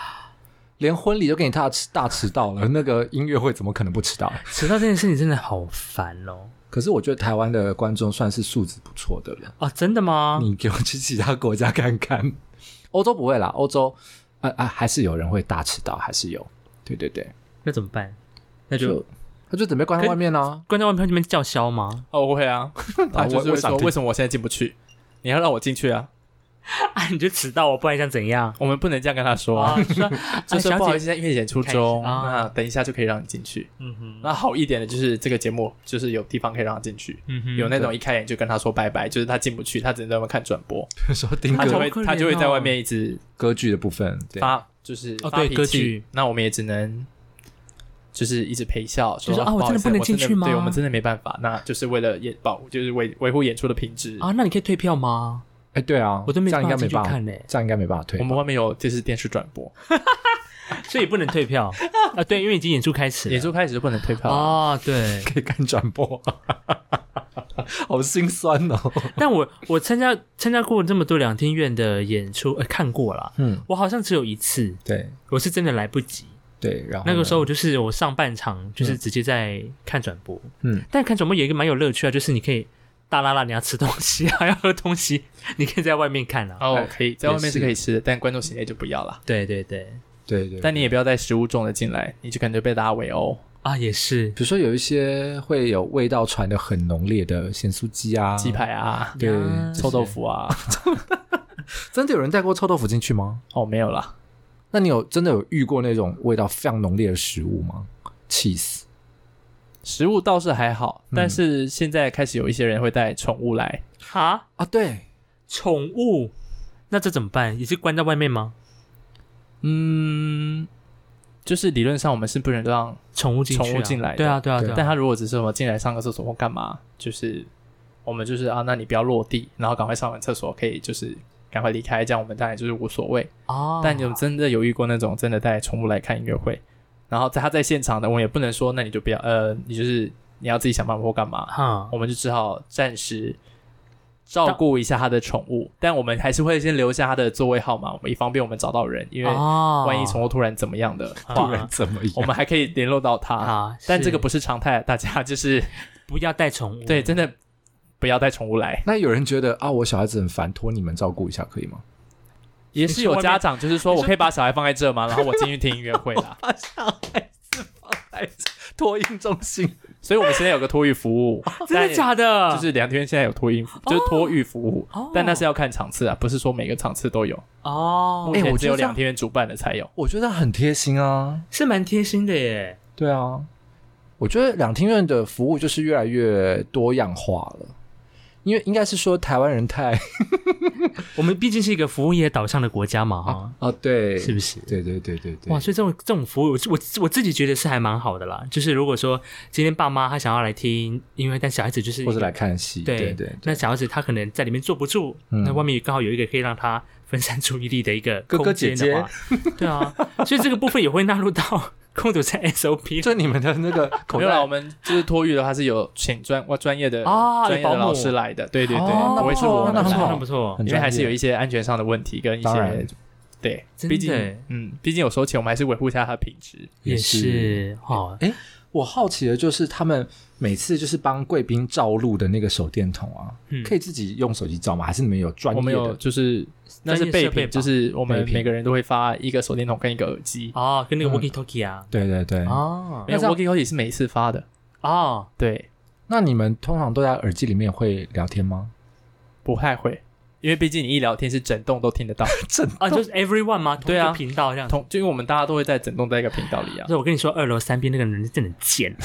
Speaker 2: 连婚礼都给你大迟大迟到了，那个音乐会怎么可能不迟到？
Speaker 1: 迟到这件事情真的好烦哦。
Speaker 2: 可是我觉得台湾的观众算是素质不错的了。
Speaker 1: 哦，真的吗？
Speaker 2: 你给我去其他国家看看。啊欧洲不会啦，欧洲啊啊，还是有人会大迟到，还是有。对对对，
Speaker 1: 那怎么办？那
Speaker 2: 那
Speaker 1: 就
Speaker 2: 他就准备关在外面啦、啊。
Speaker 1: 关在外面那边叫嚣吗？
Speaker 3: 哦，会 啊，他就
Speaker 2: 我我
Speaker 3: 是会
Speaker 2: 想
Speaker 3: 说
Speaker 2: 听
Speaker 3: 为什么我现在进不去？你要让我进去啊！
Speaker 1: 啊，你就迟到哦，不然想怎样？
Speaker 3: 我们不能这样跟他说啊
Speaker 1: 哇，，说
Speaker 3: 就
Speaker 1: 啊，
Speaker 3: 是
Speaker 1: 小
Speaker 3: 不好
Speaker 1: 姐，
Speaker 3: 意思，现在因为演出
Speaker 1: 看一下
Speaker 3: 中，
Speaker 1: 啊
Speaker 3: 那等一下就可以让你进去。
Speaker 1: 嗯哼，
Speaker 3: 那好一点的就是这个节目就是有地方可以让他进去，
Speaker 1: 嗯哼，
Speaker 3: 有那种一开演就跟他说拜拜，就是他进不去，他只能在外面看转播，
Speaker 2: 说丁
Speaker 3: 他就
Speaker 1: 好
Speaker 2: 歌
Speaker 3: 会
Speaker 1: 可怜哦
Speaker 3: 他就会在外面一直
Speaker 2: 歌剧的部分，对，
Speaker 3: 发就是
Speaker 1: 哦
Speaker 3: 发
Speaker 1: 对
Speaker 3: 脾
Speaker 1: 歌
Speaker 3: 气
Speaker 1: 剧，
Speaker 3: 那我们也只能。就是一直陪笑，说
Speaker 1: 就是啊
Speaker 3: 不
Speaker 1: 我
Speaker 3: 好
Speaker 1: 真的
Speaker 3: 意思
Speaker 1: 不能
Speaker 3: 我真
Speaker 1: 进去吗
Speaker 3: 对我们真的没办法，那就是为了演保，就是维维护演出的品质。
Speaker 1: 啊啊，那你可以退票吗？
Speaker 2: 哎、哎，对啊，
Speaker 1: 我都没
Speaker 2: 这样应该没
Speaker 1: 办法
Speaker 2: 办法
Speaker 1: 进去看嘞
Speaker 2: 这样应该没办法退
Speaker 3: 我
Speaker 2: 吧。
Speaker 3: 们外面有就是电视转播，
Speaker 1: 所以不能退票啊。对，因为已经演出开始了，
Speaker 3: 演出开始就不能退票。
Speaker 1: 哦，对。
Speaker 2: 可以看转播， 好心酸哦。
Speaker 1: 但我我参加参加过这么多两天院的演出，呃，看过了，
Speaker 2: 嗯，
Speaker 1: 我好像只有一次，
Speaker 2: 对
Speaker 1: 我是真的来不及。
Speaker 2: 对，然后
Speaker 1: 那个
Speaker 2: 呢
Speaker 3: 哦
Speaker 1: 时候，我就是我上半场就是
Speaker 3: 嗯
Speaker 1: 直接在看转播，
Speaker 2: 嗯，
Speaker 1: 但看转播有一个蛮有乐趣啊，就是你可以大拉拉，你要吃东西 啊，还要喝东西，你可以在外面看啊。
Speaker 3: 哦
Speaker 2: 哎，
Speaker 3: 可以在外面是
Speaker 2: 也是
Speaker 3: 可以吃的，但观众席内就不要了。
Speaker 1: 对对对，
Speaker 2: 对对，
Speaker 3: 但你也不要带食物重的进来，你就感觉被大家围殴。
Speaker 1: 啊，也是
Speaker 2: 比如说有一些会有味道传的很浓烈的咸酥鸡啊、
Speaker 3: 鸡，排啊，
Speaker 2: 对
Speaker 1: 呀
Speaker 3: 臭豆腐啊，
Speaker 2: 真的有人带过臭豆腐进去吗？
Speaker 3: 哦，没有啦，
Speaker 2: 那你有真的有遇过那种味道非常浓烈的食物吗？cheese
Speaker 3: 食物倒是还好，
Speaker 2: 嗯
Speaker 3: 但是现在开始有一些人会带宠物来，
Speaker 1: 哈，
Speaker 2: 啊， 对，
Speaker 1: 宠物，那这怎么办？也是关在外面吗？
Speaker 3: 嗯，就是理论上我们是不能让，
Speaker 1: 宠物进去啊，
Speaker 3: 宠物进来的
Speaker 1: 对啊对啊
Speaker 2: 对
Speaker 1: 对
Speaker 3: 但
Speaker 1: 啊，
Speaker 3: 他如果只是什么进来上个厕所或干嘛，就是我们就是啊，那你不要落地，然后赶快上完厕所，可以就是赶快离开，这样我们当然就是无所谓。
Speaker 1: 哦，
Speaker 3: 但有真的有遇过那种真的带宠物来看音乐会，然后在他在现场的，我们也不能说那你就不要，呃，你就是你要自己想办法或干嘛，
Speaker 1: 哈，
Speaker 3: 我们就只好暂时照顾一下他的宠物，但我们还是会先留下他的座位号码，我们以方便我们找到人，因为
Speaker 1: 哦
Speaker 3: 万一宠物突然怎么样 的话，
Speaker 2: 不然怎么
Speaker 3: 我
Speaker 2: 样？
Speaker 3: 们还可以联络到他。
Speaker 1: 啊，
Speaker 3: 但
Speaker 1: 是嗯
Speaker 3: 这个不是常态，大家就是
Speaker 1: 不要带宠物，
Speaker 3: 对，真的不要带宠物来。
Speaker 2: 那有人觉得啊，我小孩子很烦，托你们照顾一下可以吗？
Speaker 3: 也是有家长就是说，我可以把小孩放在这吗？然后我进去听音乐会 啦。
Speaker 2: 把小孩子放在托婴中心，
Speaker 3: 所以我们现在有个托育服务，
Speaker 1: 真的假的？
Speaker 3: 但就是两天现在有托育，就是托育服务
Speaker 1: 哦，
Speaker 3: 但那是要看场次啊，不是说每个场次都有。
Speaker 1: 哦
Speaker 3: 目，
Speaker 2: 哎
Speaker 3: 前
Speaker 2: 我觉
Speaker 3: 只
Speaker 2: 得
Speaker 3: 有
Speaker 2: 这样
Speaker 3: 两天主办的才有。
Speaker 2: 我觉得很贴心啊。
Speaker 1: 是蛮贴心的耶。
Speaker 2: 对啊，我觉得两厅院的服务就是越来越多样化了，因为应该是说台湾人太
Speaker 1: 我们毕竟是一个服务业导向的国家嘛，哈，
Speaker 2: 啊，对，
Speaker 1: 是不是？
Speaker 2: 对对对对对，
Speaker 1: 哦哇，所以这种这种服务，我我我自己觉得是还蛮好的啦。就是如果说今天爸妈他想要来听音乐，但小孩子就是
Speaker 2: 或者来看戏，
Speaker 1: 对
Speaker 2: 对对，
Speaker 1: 那小孩子他可能在里面坐不住，
Speaker 2: 嗯
Speaker 1: 那外面刚好有一个可以让他分散注意力的一个
Speaker 2: 哥哥
Speaker 1: 空间的话，对啊，所以这个部分也会纳入到公主在 SOP
Speaker 2: 就你们的那个口
Speaker 3: 没有啦，
Speaker 2: 袋
Speaker 3: 我们就是托育的话是有请专哇专业的
Speaker 1: 啊
Speaker 3: 专业
Speaker 1: 有保
Speaker 3: 的
Speaker 1: 姆
Speaker 3: 老师来的，对 对
Speaker 2: 哦
Speaker 3: 对，
Speaker 2: 那
Speaker 3: 不会
Speaker 2: 不
Speaker 3: 是
Speaker 2: 错
Speaker 3: 我
Speaker 1: 那
Speaker 3: 们
Speaker 1: 不
Speaker 2: 很
Speaker 1: 错，
Speaker 2: 好
Speaker 1: 那
Speaker 3: 来，
Speaker 1: 不错
Speaker 2: 很，
Speaker 3: 因为还
Speaker 2: 专业
Speaker 3: 是有一些安全上的问题跟一
Speaker 2: 当
Speaker 3: 些
Speaker 2: 然
Speaker 3: 对，
Speaker 1: 真的
Speaker 3: 毕竟嗯，毕竟有收钱，我们还是维护一下它的品质。
Speaker 1: 也是哦，
Speaker 2: 我好奇的就是他们每次就是帮贵宾照路的那个手电筒啊，
Speaker 1: 嗯
Speaker 2: 可以自己用手机照吗？还是你们有专
Speaker 3: 我
Speaker 2: 业
Speaker 3: 们有
Speaker 2: 的？
Speaker 3: 就是那是备
Speaker 1: 专业设备
Speaker 3: 品，
Speaker 1: 吧
Speaker 3: 就是我
Speaker 2: 备
Speaker 3: 们
Speaker 2: 品
Speaker 3: 每个人都会发一个手电筒跟一个耳机，
Speaker 1: 哦，跟那个
Speaker 2: 嗯
Speaker 1: Walkie Talkie 啊，
Speaker 2: 对对对，
Speaker 1: 哦
Speaker 3: 没有
Speaker 2: 那这样
Speaker 3: walkie talkie 是每一次发的，
Speaker 1: 哦，
Speaker 3: 对，
Speaker 2: 那你们通常都在耳机里面会聊 天吗？
Speaker 3: 不太会，因为毕竟你一聊天是整栋都听得到，
Speaker 2: 真
Speaker 1: 啊，就是 everyone 吗？同一
Speaker 3: 对啊
Speaker 1: 个频道这样子。
Speaker 3: 同就因为我们大家都会在整栋在一个频道里啊
Speaker 1: 所。以我跟你说，二楼三 B 那个人真的很 贱，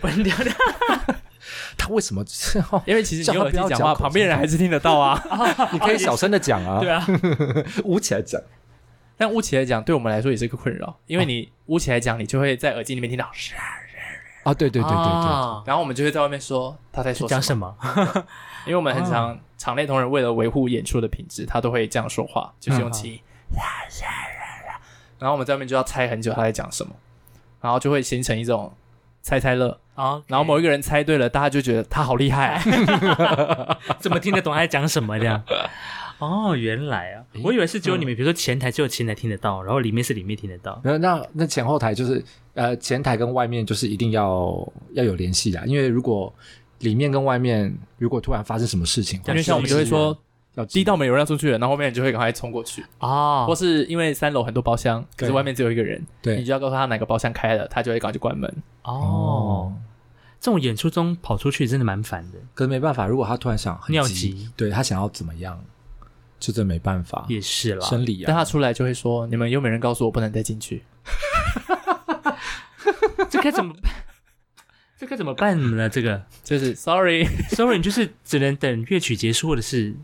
Speaker 1: 关掉掉。
Speaker 2: 他为什么 这样？
Speaker 3: 因为其实你
Speaker 2: 叫
Speaker 3: 用
Speaker 2: 他
Speaker 3: 耳
Speaker 2: 不
Speaker 3: 机
Speaker 2: 要
Speaker 3: 讲
Speaker 2: 讲
Speaker 3: 话，
Speaker 2: 口
Speaker 3: 旁边人还是听得到啊。
Speaker 2: 你 可以小声的讲啊，
Speaker 1: 对啊，
Speaker 2: 捂起来讲。
Speaker 3: 但捂起来讲，对我们来说也是个困扰，因为你捂起来讲，你就会在耳机里面听到，
Speaker 2: 哦啊，对对对对对，
Speaker 1: 啊
Speaker 3: 然后我们就会在外面说他在说
Speaker 1: 讲
Speaker 3: 什
Speaker 1: 什
Speaker 3: 么，
Speaker 1: 么？
Speaker 3: 因为我们
Speaker 2: 哦
Speaker 3: 很常场内同仁为了维护演出的品质，他都会这样说话，就是
Speaker 2: 嗯
Speaker 3: 用气音，然后我们在外面就要猜很久他在讲什么，然后就会形成一种猜猜乐，
Speaker 1: 啊，
Speaker 3: 然后某一个人猜对了，大家就觉得他好厉 害、啊
Speaker 1: 怎么听得懂他在讲什么这样？ 哦，原来啊，我以为是只有你们，比如说前台只有前台听得到，然后里面是里面听得到。
Speaker 2: 那那那前后台就是呃，前台跟外面就是一定要要有联系的，因为如果里面跟外面如果突然发生什么事情，
Speaker 1: 对
Speaker 3: 因为像我们就会说
Speaker 2: 要
Speaker 3: 第一道门有人要出去了，然后后面人就会赶快冲过去，或
Speaker 1: 哦，
Speaker 3: 是因为三楼很多包厢，可
Speaker 2: 对
Speaker 3: 是外面只有一个人，你
Speaker 2: 对
Speaker 3: 就要告诉他哪个包厢开了，他就会赶快去关门。
Speaker 1: 哦，，这种演出中跑出去真的蛮烦的，
Speaker 2: 可是没办法，如果他突然想很
Speaker 1: 尿
Speaker 2: 急
Speaker 1: 急，
Speaker 2: 对他想要怎么样，就真没办法，
Speaker 1: 也是啦。
Speaker 2: 生理
Speaker 3: 但
Speaker 2: 啊
Speaker 3: 他，出来就会说：“你们又没人告诉我不能再进去。
Speaker 1: 这该怎 么办？这该怎么办呢？这个”
Speaker 3: 就是 “sorry”，
Speaker 1: ，sorry，你就是只能等乐曲结束，或者是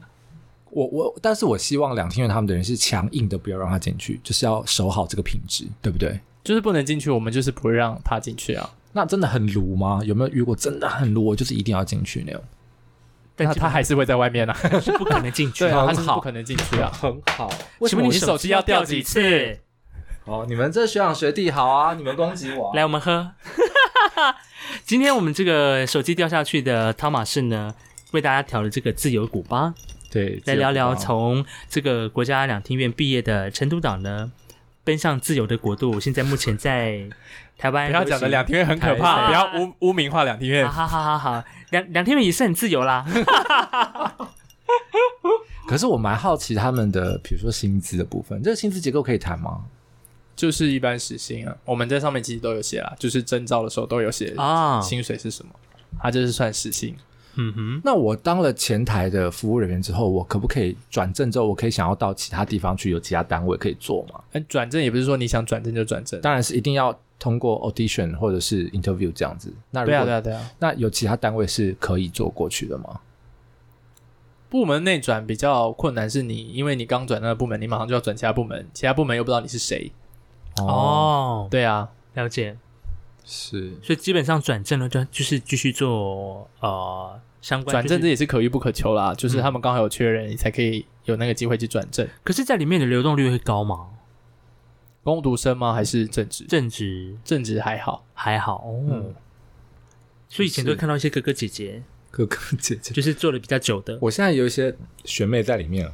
Speaker 2: 我我，但是我希望两厅院他们的人是强硬的，不要让他进去，就是要守好这个品质，对不对？
Speaker 3: 就是不能进去，我们就是不会让他进去啊。
Speaker 2: 那真的很鲁吗？有没有遇过真的很鲁，我就是一定要进去那种？
Speaker 1: 但
Speaker 3: 那
Speaker 1: 基
Speaker 3: 他
Speaker 1: 本
Speaker 3: 还是会在外面啊，
Speaker 1: 上是不可能进去
Speaker 3: 对
Speaker 1: 的。
Speaker 3: 啊，
Speaker 2: 很
Speaker 3: 他是
Speaker 2: 好
Speaker 3: 不可能进去啊。
Speaker 2: 很好
Speaker 1: 请问
Speaker 3: 你
Speaker 1: 你
Speaker 3: 手机
Speaker 1: 机
Speaker 3: 要掉
Speaker 1: 掉
Speaker 3: 几
Speaker 1: 次？
Speaker 2: 哦，你们这学长学弟好啊，你们攻击我啊
Speaker 1: 来，我们喝。 今天我们这个手机掉下去的汤马士呢，为大家调了这个自由古巴，
Speaker 2: 对，
Speaker 1: 来聊聊
Speaker 2: 这个
Speaker 1: 从这个国家两厅院毕业的陈督导呢，奔向自由的国度。现在目前在台湾
Speaker 3: 不要
Speaker 1: 流
Speaker 3: 讲的
Speaker 1: 行
Speaker 3: 两庭院很可
Speaker 1: 台
Speaker 3: 怕，
Speaker 1: 式
Speaker 3: 不要污污名化两庭院
Speaker 1: 啊。好好好好，两两天也是很自由 啦。
Speaker 2: 可是我蛮好奇他们的，比如说薪资的部分，这个薪资结构可以谈吗？
Speaker 3: 就是一般时薪啊，我们在上面其实都有写啦，就是征招的时候都有写
Speaker 1: 啊
Speaker 3: 薪水是什么，它就是算时薪。
Speaker 1: 嗯哼，
Speaker 2: 那我当了前台的服务人员之后，我可不可以转正之后，我可以想要到其他地方去，有其他单位可以做吗？
Speaker 3: 哎，转正也不是说你想转正就转正，
Speaker 2: 当然是一定要通过 audition 或者是 interview 这样子。那如
Speaker 3: 对
Speaker 2: 果、
Speaker 3: 啊对啊对啊，
Speaker 2: 那有其他单位是可以做过去的吗？
Speaker 3: 部门内转比较困难，是你因为你刚转那个部门，你马上就要转其他部门，其他部门又不知道你是谁。
Speaker 1: 哦，
Speaker 3: 对啊，
Speaker 1: 了解。
Speaker 2: 是
Speaker 1: 所以基本上转正了，就就是继续做呃相关、
Speaker 3: 转
Speaker 1: 就是
Speaker 3: 正这也是可嗯遇不可求啦，就是他们刚好有缺人，你才可以有那个机会去转正。
Speaker 1: 可是，在里面的流动率会高吗？
Speaker 3: 攻读生吗？还是正职？
Speaker 1: 正职
Speaker 3: 正职还好，
Speaker 1: 还好哦。
Speaker 2: 嗯
Speaker 1: 所以以前都会
Speaker 2: 是
Speaker 1: 看到一些哥哥姐姐，
Speaker 2: 哥哥姐姐，
Speaker 1: 就是做的比较久的。
Speaker 2: 我现在有一些学妹在里面了。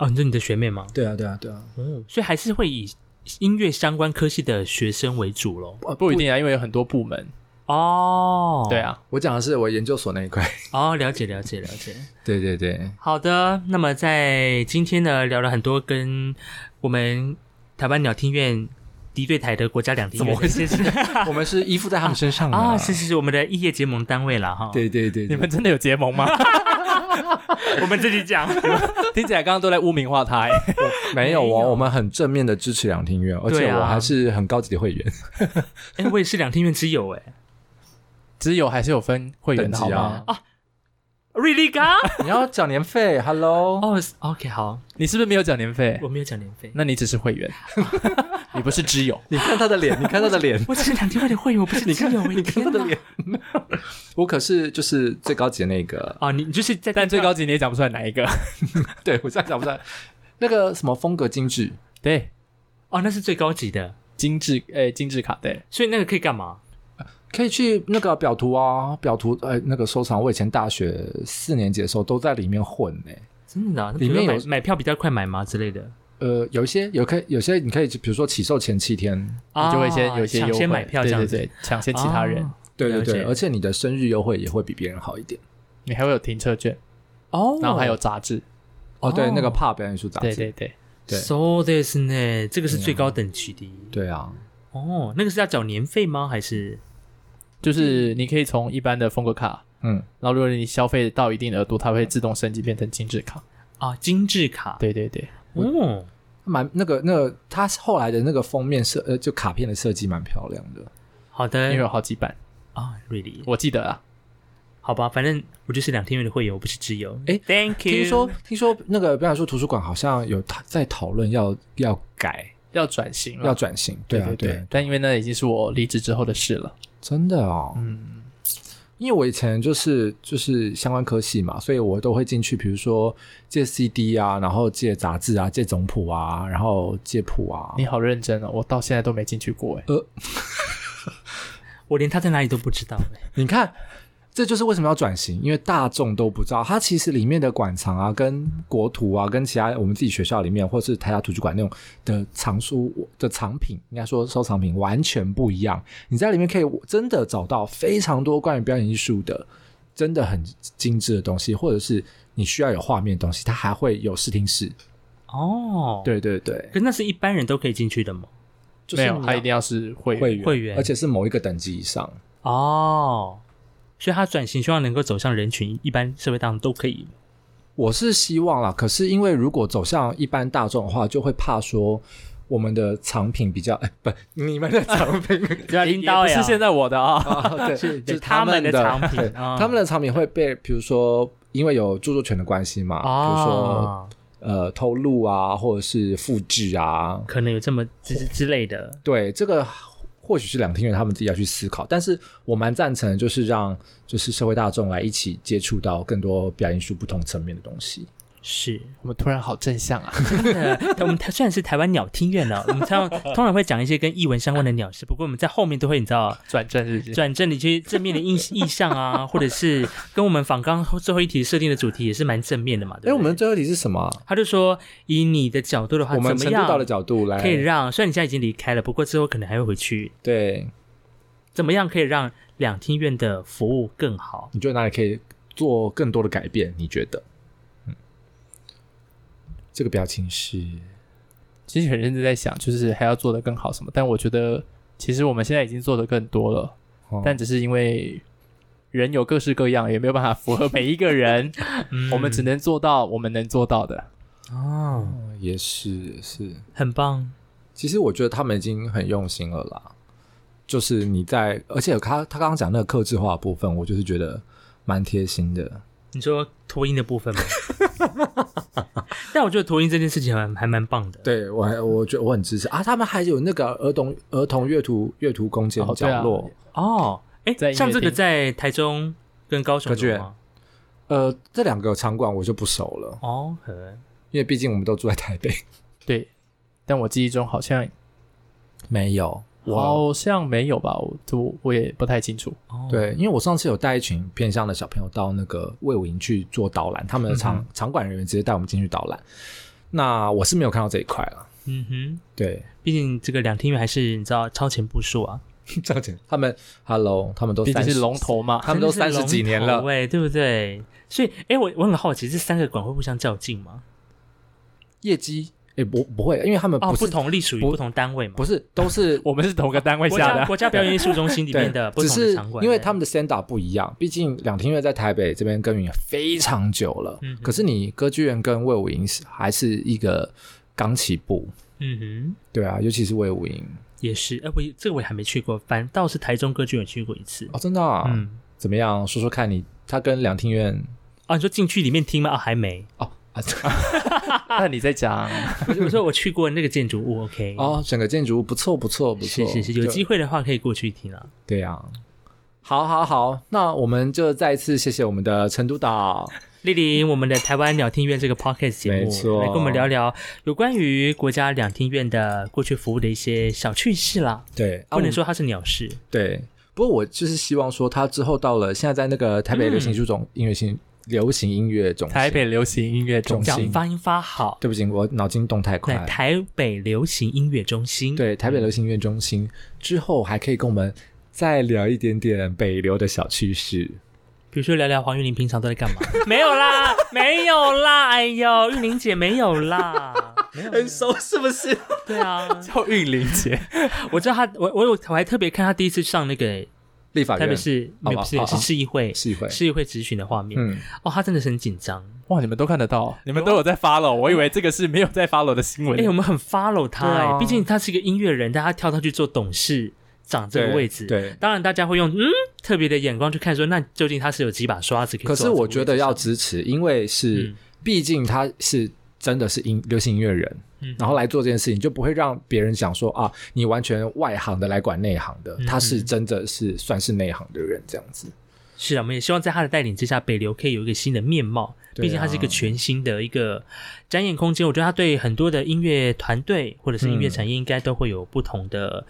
Speaker 1: 哦，你说你的学妹吗？
Speaker 2: 对啊，对啊，对啊。
Speaker 1: 嗯，所以还是会以音乐相关科系的学生为主喽。
Speaker 3: 不一定啊，因为有很多部门。
Speaker 1: 哦，
Speaker 3: 对，啊，
Speaker 2: 我讲的是我研究所那一块。
Speaker 1: 哦，了解了解了解。
Speaker 2: 对对对，
Speaker 1: 好的，那么在今天呢，聊了很多跟我们台湾鸟听院敌对台的国家两厅院的一些事，怎 么回事？
Speaker 2: 我们是依附在他们身上的
Speaker 1: 啊，是是是，我们的异业结盟单位啦，哈。，
Speaker 2: 对对对，
Speaker 3: 你
Speaker 2: 对
Speaker 3: 们真的有结盟吗？
Speaker 1: 我们自己 讲。
Speaker 3: 听起来刚刚都在污名化 他、欸。
Speaker 2: 没有
Speaker 1: 没有
Speaker 2: 哦，我们很正面的支持两厅院，而
Speaker 1: 对
Speaker 2: 且
Speaker 1: 啊
Speaker 2: 我还是很高级的会员。
Speaker 1: 哎、我也是两厅院之友哎、
Speaker 3: 只有还是有分会员的好
Speaker 2: 等级
Speaker 3: 吗
Speaker 2: 啊？
Speaker 1: Really 哥？
Speaker 2: 你要缴年费，Hello，
Speaker 1: 哦、o k 好，
Speaker 3: 你是不是没有缴年费
Speaker 1: 我？没有讲年费，
Speaker 3: 那你只是会 员，你不是知友。
Speaker 2: 你看他的脸，你看他的脸，
Speaker 1: 我只是两厅院的会员，我不是你看友，你看他的脸
Speaker 2: 我可是就是最高级的那个，
Speaker 1: 啊，你你就是在
Speaker 3: 但最高级你也讲不出来哪 一个。
Speaker 2: 对我现在讲不出来，那个什么风格精致，
Speaker 3: 对，
Speaker 1: 哦，那是最高级的，
Speaker 3: 精致诶、精致卡对，
Speaker 1: 所以那个可以干嘛？
Speaker 2: 可以去那个表图啊，表图呃那个收藏，我以前大学四年级的时候都在里面混呢、
Speaker 1: 真的、啊，那
Speaker 2: 里面
Speaker 1: 比如
Speaker 2: 有
Speaker 1: 说买买票比较快买吗之类的？
Speaker 2: 呃，有一些有可以有些你可以，比如说起售前七天，
Speaker 3: 你就会先
Speaker 1: 啊
Speaker 3: 有一些优
Speaker 1: 抢
Speaker 3: 惠，
Speaker 1: 先买票这
Speaker 3: 对
Speaker 1: 样
Speaker 3: 对
Speaker 1: 子，
Speaker 3: 对，抢先其他人，
Speaker 1: 哦
Speaker 2: 对对
Speaker 1: 了
Speaker 2: 对，
Speaker 1: 解
Speaker 2: 而且你的生日优惠也会比别人好一点。
Speaker 3: 你还会有停车券，
Speaker 1: 哦，
Speaker 3: 然后还有杂志，
Speaker 2: 哦，对
Speaker 1: 哦，
Speaker 2: 那个怕表演艺术杂
Speaker 3: 对
Speaker 2: 志，
Speaker 3: 对对，
Speaker 2: 对
Speaker 1: So this 呢，这个是最高等级的。
Speaker 2: 对啊，
Speaker 1: 哦，那个是要缴年费吗？还是
Speaker 3: 就是你可以从一般的风格卡，
Speaker 2: 嗯，
Speaker 3: 然后如果你消费到一定额度，它会自动升级变成精致卡。
Speaker 1: 啊精致卡？
Speaker 3: 对对对，
Speaker 1: 哦，
Speaker 2: 蛮那个那个，他后来的那个封面设呃，就卡片的设计蛮漂亮的。
Speaker 1: 好
Speaker 3: 因为
Speaker 1: 的
Speaker 3: 有好几版，
Speaker 1: 啊，really，
Speaker 3: 我记得啊，
Speaker 1: 好吧，反正我就是两天院的会友，我不是挚友。
Speaker 2: 诶
Speaker 1: t h a n k you。
Speaker 2: 听说听说那个表演说图书馆好像有他在讨论要要改
Speaker 3: 要转型了，
Speaker 2: 要转型，
Speaker 3: 对
Speaker 2: 啊
Speaker 3: 对对，但因为那已经是我离职之后的事了。
Speaker 2: 真的哦。
Speaker 3: 嗯，
Speaker 2: 因为我以前就是就是相关科系嘛，所以我都会进去，比如说借 CD 啊，然后借杂志啊，借总谱啊，然后借谱啊。
Speaker 3: 你好认真哦，我到现在都没进去过哎。
Speaker 1: 我连他在哪里都不知道、欸。
Speaker 2: 你看，这就是为什么要转型，因为大众都不知道，它其实里面的馆藏啊、跟国图啊、跟其他我们自己学校里面或是台大图书馆那种的藏书的藏品，应该说收藏品完全不一样。你在里面可以真的找到非常多关于表演艺术的。真的很精致的东西，或者是你需要有画面的东西，它还会有视听室。
Speaker 1: 哦，，
Speaker 2: 对对对，
Speaker 1: 可是那是一般人都可以进去的吗？
Speaker 2: 就是
Speaker 3: 没
Speaker 2: 你
Speaker 3: 有，他一定要是会
Speaker 2: 会
Speaker 3: 员。
Speaker 2: 员，
Speaker 1: 会员
Speaker 2: 而且是某一个等级以上。
Speaker 1: 哦，所以他转型希望能够走向人群，一般社会当中都可以。
Speaker 2: 我是希望啦，可是因为如果走向一般大众的话，就会怕说我们的藏品比较， 哎，不，你们的藏 品，
Speaker 3: 要
Speaker 1: 领导呀
Speaker 3: 是现在我的啊、
Speaker 2: 啊对，
Speaker 1: 哦是
Speaker 2: 就是
Speaker 1: 他们的
Speaker 2: 的
Speaker 1: 藏品
Speaker 2: 对
Speaker 1: 啊
Speaker 2: 他们的藏品会被，比如说因为有著作权的关系嘛，
Speaker 1: 哦，
Speaker 2: 比如说呃偷录啊，或者是复制啊，
Speaker 1: 可能有这么之之类的。
Speaker 2: 对，这个或许是两厅院他们自己要去思考，但是我蛮赞成，就是让就是社会大众来一起接触到更多表演艺术不同层面的东
Speaker 1: 啊
Speaker 2: 西。
Speaker 1: 是，
Speaker 3: 我们突然好正向啊！
Speaker 1: 呃，我们虽然是台 湾鸟听院啊呢，我们 常通常会讲一些跟译文相关的鸟事，不过我们在后面都会你知道啊
Speaker 3: 转正日记，
Speaker 1: 转正的一些正面的印 意象啊，或者是跟我们访刚最后一题设定的主题也是蛮正面的嘛。对
Speaker 2: 哎，
Speaker 1: 不
Speaker 2: 我
Speaker 1: 对
Speaker 2: 们最后一题是什么啊？
Speaker 1: 他就说以你的角度的话，
Speaker 2: 我们
Speaker 1: 啊怎
Speaker 2: 程
Speaker 1: 么
Speaker 2: 度到的
Speaker 1: 样
Speaker 2: 角度来，
Speaker 1: 可以让？虽然你现在已经离开了，不过之后可能还会回去，
Speaker 2: 对，
Speaker 1: 怎么样可以让两厅院的服务更好？
Speaker 2: 你觉得哪里可以做更多的改变？你觉得？嗯，这个表情是
Speaker 3: 其实很认真在想，就是还要做得更好什么。但我觉得，其实我们现在已经做得更多了，
Speaker 2: 哦
Speaker 3: 但只是因为人有各式各样，也没有办法符合每一个 人，
Speaker 2: 嗯
Speaker 3: 我们只能做到我们能做到的。
Speaker 1: 哦，
Speaker 2: 哦也是也是，
Speaker 1: 很棒，
Speaker 2: 其实我觉得他们已经很用心了啦。就是你在，而且他他刚刚讲那个克制化的部分，我就是觉得蛮贴心的。
Speaker 1: 你说脱音的部 分吗？但我觉得脱音这件事情还蛮还蛮棒的。
Speaker 2: 对我还，我觉得我很支持啊！他们还有那个儿童儿童阅读阅读空间
Speaker 3: 哦对啊
Speaker 2: 角落，
Speaker 1: 哦，哎
Speaker 3: 在音，乐
Speaker 1: 像这个
Speaker 3: 厅
Speaker 1: 在台中跟高雄
Speaker 2: 歌剧
Speaker 1: 有
Speaker 2: 院
Speaker 1: 吗？
Speaker 2: 呃，这两个场馆我就不熟了，
Speaker 1: 哦，很
Speaker 2: 因为毕竟我们都住在台北。
Speaker 3: 对，但我记忆中好像
Speaker 2: 没有，我
Speaker 3: 好像没有吧，我都我也不太清楚。
Speaker 1: 哦，
Speaker 2: 对，因为我上次有带一群偏乡的小朋友到那个魏武营去做导览，他们的场、
Speaker 1: 嗯
Speaker 2: 场馆人员直接带我们进去导览。那我是没有看到这一块了，
Speaker 1: 嗯哼，
Speaker 2: 对，
Speaker 1: 毕竟这个两厅院还是你知道超前部署啊，
Speaker 2: 这样讲，他们 Hello，他们都
Speaker 3: 毕竟
Speaker 2: 30
Speaker 3: 是龙，头嘛，
Speaker 2: 他们都
Speaker 1: 真的
Speaker 2: 三
Speaker 1: 是
Speaker 2: 十几年
Speaker 1: 龙头
Speaker 2: 了。
Speaker 1: 欸对不对？所以，哎，我我很好奇，这三个馆会互相较劲吗？
Speaker 2: 业绩诶不不会，因为他们
Speaker 1: 哦，
Speaker 2: 不是、
Speaker 1: 不同隶属于
Speaker 2: 不
Speaker 1: 不同单位嘛，
Speaker 2: 不是都是
Speaker 3: 我们是同个单位
Speaker 1: 国
Speaker 3: 下
Speaker 1: 家
Speaker 3: 的。
Speaker 1: 国家表演艺术中心里面的不
Speaker 2: 只
Speaker 1: 同的
Speaker 2: 是
Speaker 1: 场馆，
Speaker 2: 因为
Speaker 1: 对
Speaker 2: 他们的 stand up 不一样，毕竟两厅院在台北这边耕耘非常久了，
Speaker 1: 嗯哼
Speaker 2: 可是你歌剧院跟魏武营是还是一个刚起步，
Speaker 1: 嗯哼。
Speaker 2: 对啊，尤其是魏武营
Speaker 1: 也是，哎、我这个我也还没去过，反倒是台中歌剧院去过一次。
Speaker 2: 哦，真的、啊，
Speaker 1: 嗯，
Speaker 2: 怎么样？说说看你，他跟两厅院
Speaker 1: 哦，你说进去里面听吗？哦，还 没。
Speaker 2: 哦啊
Speaker 3: 那 你在讲，
Speaker 1: 我我说我去过那个建筑物，OK。，
Speaker 2: 哦，整个建筑物不错不错不
Speaker 1: 是
Speaker 2: 错，
Speaker 1: 是是，有
Speaker 2: 就
Speaker 1: 机会的话可以过去听啊。
Speaker 2: 对啊。好，好，好，那我们就再一次谢谢我们的成都岛，
Speaker 1: 莅临我们的台湾两厅院这个 podcast 节目，
Speaker 2: 没错
Speaker 1: 来跟我们聊聊有关于国家两厅院的过去服务的一些小趣事啦。
Speaker 2: 对，啊
Speaker 1: 不能说它是鸟事，
Speaker 2: 我对，不过我就是希望说，他之后到了现在在那个台北流行艺术总音乐性流行音乐中心，
Speaker 3: 台，北流行音乐中
Speaker 2: 中
Speaker 3: 心
Speaker 1: 讲
Speaker 2: 心
Speaker 1: 发音发好。
Speaker 2: 对不起，我脑筋动太
Speaker 1: 对，
Speaker 2: 快，
Speaker 1: 台嗯北流行音乐中心。，
Speaker 2: 对，台北流行音乐中心之后还可以跟我们再聊一点点北流的小趣事，
Speaker 1: 比如说聊聊黄玉玲平常都在干嘛？ 没有啦，没有啦，哎呦，玉玲姐没有啦，没有。
Speaker 2: 很熟是不是？
Speaker 1: 对啊，
Speaker 3: 叫韵玲姐，
Speaker 1: 我知道她，我我有我还特别看她第一次上那个
Speaker 2: 立法
Speaker 1: 台北
Speaker 2: 院
Speaker 1: 市，没有不是
Speaker 2: 哦哦哦
Speaker 1: 是市议会
Speaker 2: 市议会
Speaker 1: 市议会质询的画面。
Speaker 2: 嗯，
Speaker 1: 哦，她真的是很紧张。
Speaker 3: 哇，你们都看得到，啊你们都有在 follow，我以为这个是没有在 follow 的新闻。
Speaker 1: 哎、我们很 follow 他、
Speaker 2: 对
Speaker 1: 哎、
Speaker 2: 啊
Speaker 1: 毕竟他是一个音乐人，但他跳上去做董事长这个
Speaker 2: 对
Speaker 1: 位置，
Speaker 2: 对
Speaker 1: 当然大家会用嗯特别的眼光去看说，那究竟他是有几把刷子可以
Speaker 2: 可
Speaker 1: 坐到这
Speaker 2: 是
Speaker 1: 个位置上？
Speaker 2: 我觉得要支持，因为是
Speaker 1: 嗯，
Speaker 2: 毕竟他是真的是音流行音乐人，
Speaker 1: 嗯
Speaker 2: 然后来做这件事情，就不会让别人想说啊，你完全外行的来管内行的
Speaker 1: 嗯，
Speaker 2: 他是真的是算是内行的人这样子。
Speaker 1: 是啊，我们也希望在他的带领之下，北流可以有一个新的面貌。
Speaker 2: 对啊
Speaker 1: 毕竟它是一个全新的一个展演空间，我觉得它对很多的音乐团队或者是音乐
Speaker 2: 嗯
Speaker 1: 产业应该都会有不同的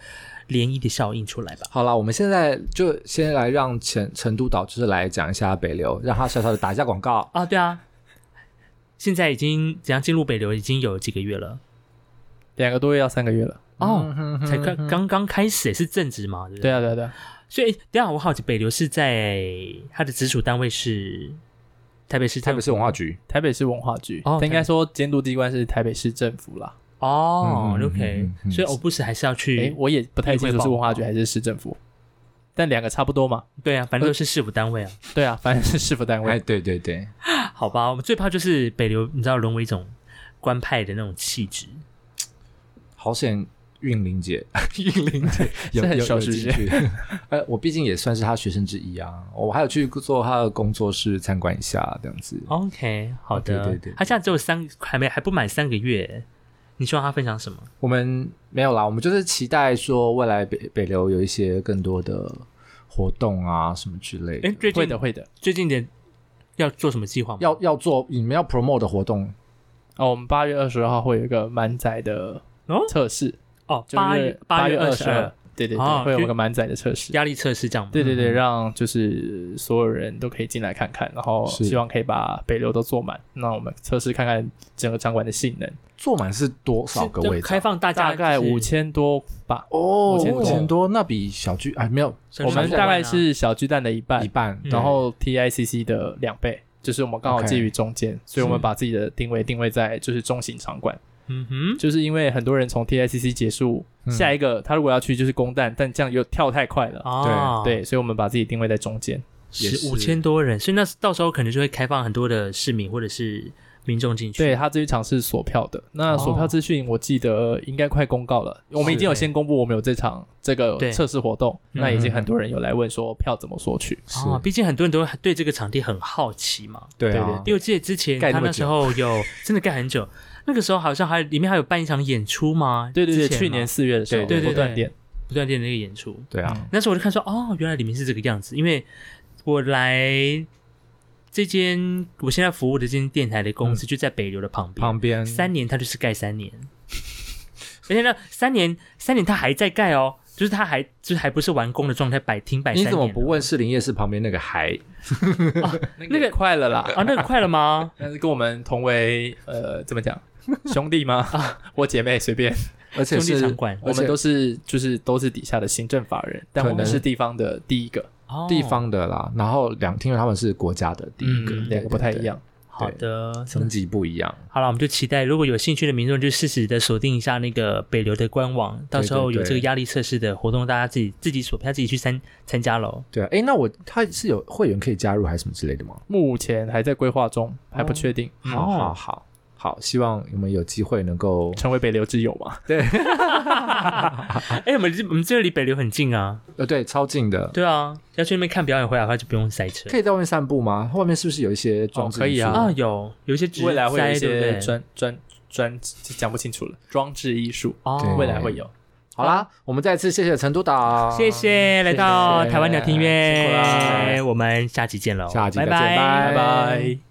Speaker 1: 涟漪的效应出来吧。。
Speaker 2: 好啦，我们现在就先来让成成都岛就是来讲一下北流，让他小小的打一下广告
Speaker 1: 啊，对啊，现在已经怎样进入北流已经有几个月了。
Speaker 3: 两个多月要三个月了。
Speaker 1: 哦，
Speaker 2: 嗯哼哼
Speaker 1: 才刚刚刚开始也是正职嘛，对不对？
Speaker 3: 对啊，对啊，对啊，
Speaker 1: 所以等一下我好奇，北流是在它的直属单位是台北市
Speaker 2: 台
Speaker 1: 政
Speaker 2: 北
Speaker 1: 府
Speaker 2: 市文化局，
Speaker 3: 台北市文化局，
Speaker 1: 哦
Speaker 3: 但应该说监督机关是台北市政府啦。
Speaker 1: 哦、
Speaker 2: 嗯嗯
Speaker 1: o k
Speaker 2: 嗯嗯嗯
Speaker 1: 所以欧布斯还是要
Speaker 3: 诶，
Speaker 1: 去，
Speaker 3: 我也不太清
Speaker 1: 议会
Speaker 3: 楚
Speaker 1: 报
Speaker 3: 是
Speaker 1: 告
Speaker 3: 文化局还是市政府，但两个差不多嘛。
Speaker 1: 对啊，反正都
Speaker 2: 呃
Speaker 1: 是市府单位啊，
Speaker 3: 对啊，反正是市府单
Speaker 2: 哎，
Speaker 3: 位。
Speaker 2: 对对对，
Speaker 1: 好吧，我们最怕就是北流，你知道沦为一种官派的那种气质，
Speaker 2: 好险。韵 玲姐， 韵玲姐有
Speaker 3: 是很
Speaker 2: 有
Speaker 3: 熟
Speaker 2: 有
Speaker 3: 是不
Speaker 2: 进
Speaker 3: 是
Speaker 2: 去。 呃，我毕竟也算是她学生之一啊，我还有去做她的工作室参观一下，这样子。
Speaker 1: OK，好的，
Speaker 2: 对对对
Speaker 1: 他现在只有三还没还不满三个月，你希望他分享什么？
Speaker 2: 我们没有啦，我们就是期待说未来北北流有一些更多的活动啊什么之类的
Speaker 1: 哎，。最
Speaker 3: 会
Speaker 1: 近
Speaker 3: 的会的。
Speaker 1: 最近点要做什么计划吗？
Speaker 2: 要要做你们要 promote 的活动，
Speaker 3: 哦，我们八月二十二号会有一个满载的
Speaker 1: 哦
Speaker 3: 测试，
Speaker 1: 哦，
Speaker 3: 就
Speaker 1: 八
Speaker 3: 是
Speaker 1: 月八
Speaker 3: 月
Speaker 1: 月二
Speaker 3: 十
Speaker 1: 十二
Speaker 3: 二，对对
Speaker 1: 哦
Speaker 3: 对，会有
Speaker 1: 就
Speaker 3: 一个满载的测试。
Speaker 1: 压力测试这样吗？
Speaker 3: 对对对，让就是所有人都可以进来看看，然后
Speaker 2: 是
Speaker 3: 希望可以把北流都坐满。那我们测试看看整个场馆的性能，
Speaker 2: 坐满是多
Speaker 1: 是
Speaker 2: 少个位置啊？
Speaker 1: 开放大家
Speaker 3: 大概
Speaker 1: 就是
Speaker 3: 五千多吧。
Speaker 2: 哦，五
Speaker 3: 5000多
Speaker 2: 千多，那比小巨哎没有
Speaker 1: 省
Speaker 3: 我
Speaker 1: 去
Speaker 3: 们
Speaker 1: 成本
Speaker 3: 大概
Speaker 1: 啊
Speaker 3: 是小巨蛋的一半
Speaker 2: 一，半，
Speaker 1: 嗯
Speaker 3: 然后 TICC 的两倍，就是我们刚好
Speaker 2: OK
Speaker 3: 介于中间，所以我
Speaker 2: 是
Speaker 3: 们把自己的定位定位在就是中型场馆，
Speaker 1: 嗯哼，
Speaker 3: 就是因为很多人从 TICC 结束，
Speaker 2: 嗯
Speaker 3: 下一个他如果要去就是公蛋，但这样又跳太快了，
Speaker 1: 哦，
Speaker 3: 对，所以我们把自己定位在中间，
Speaker 2: 也
Speaker 1: 十
Speaker 2: 是
Speaker 1: 五千多人，所以那到时候可能就会开放很多的市民或者是民众进去。
Speaker 3: 对，他这一场是锁票的，那
Speaker 1: 哦
Speaker 3: 锁票资讯我记得应该快公告了，我们已经有先公布我们有这场这个
Speaker 1: 对
Speaker 3: 测试活动，
Speaker 1: 嗯
Speaker 3: 那已经很多人有来问说票怎么索取，
Speaker 2: 是
Speaker 1: 哦，毕竟很多人都对这个场地很好奇嘛。
Speaker 2: 对
Speaker 3: 对
Speaker 2: 啊
Speaker 3: 对，
Speaker 1: 因为我记得之前
Speaker 2: 盖
Speaker 1: 他
Speaker 2: 那么
Speaker 1: 那时候有 真的盖很久，那个时候好像还里面还有办一场演出吗？
Speaker 3: 对对对，
Speaker 1: 之前吗
Speaker 3: 去年四月的时候
Speaker 2: 对对
Speaker 1: 对
Speaker 3: 不断
Speaker 1: 对
Speaker 3: 电，
Speaker 1: 不断电的那个演出，
Speaker 2: 对啊，
Speaker 1: 那时候我就看说，哦，原来里面是这个样子。因为我来这间我现在服务的这间电台的公司就在北流的旁边，
Speaker 2: 嗯旁边
Speaker 1: 三年它就是盖三年， 而且呢，三年三年它还在盖哦，就是它还就是还不是完工的状态，摆停摆三
Speaker 2: 你
Speaker 1: 年
Speaker 2: 怎
Speaker 1: 哦。
Speaker 2: 么不问士林夜市旁边那个还
Speaker 3: 那个快了 啦，
Speaker 1: 啊？那个快了 吗？
Speaker 3: 但是跟我们同为呃，怎么讲，兄弟吗？或姐妹随便，
Speaker 2: 而且
Speaker 1: 兄弟
Speaker 2: 是
Speaker 1: 场馆
Speaker 3: 我
Speaker 2: 而且
Speaker 3: 们都是就是都是底下的行政法人，但
Speaker 2: 可
Speaker 3: 我们
Speaker 2: 能
Speaker 3: 是地方的第一个，
Speaker 1: 哦
Speaker 2: 地方的啦，然后两听说他们是国家的第一个，
Speaker 1: 嗯
Speaker 2: 对
Speaker 3: 两个不太一，
Speaker 2: 对对
Speaker 3: 样。
Speaker 1: 好的，
Speaker 2: 层级不一样，
Speaker 1: 好了，我们就期待，如果有兴趣的民众，就适时的锁定一下那个北流的官网，到时候有这个压力测试的活动，大家自己自己索票，自己去参参加喽。
Speaker 2: 对啊，哎，那我他是有会员可以加入还是什么之类的吗？
Speaker 3: 目前还在规划中，还不确定，
Speaker 1: 哦
Speaker 3: 嗯
Speaker 2: 好好好好，希望你们有机会能够
Speaker 3: 成为北流之友嘛。
Speaker 1: 哎、我们这我们这里北流很近啊，
Speaker 2: 呃对，超近的，
Speaker 1: 对啊，要去那边看表演回来的话，就不用塞车
Speaker 2: 可以在外面散步吗？外面是不是有一些装置
Speaker 3: 哦可以啊
Speaker 2: 艺术
Speaker 1: 啊。有有一些植
Speaker 3: 未来会有一
Speaker 1: 栽对不
Speaker 3: 些
Speaker 1: 对
Speaker 3: 专专专讲不清楚了，装置艺术
Speaker 1: 哦，
Speaker 3: 未来会有。
Speaker 2: 好啦，我们再次谢谢陈督导，
Speaker 1: 谢谢来到台湾鸟听
Speaker 2: 辛苦啦
Speaker 1: 院，我们下期见喽，
Speaker 2: 下集再见
Speaker 1: 拜
Speaker 2: 拜
Speaker 3: 拜拜。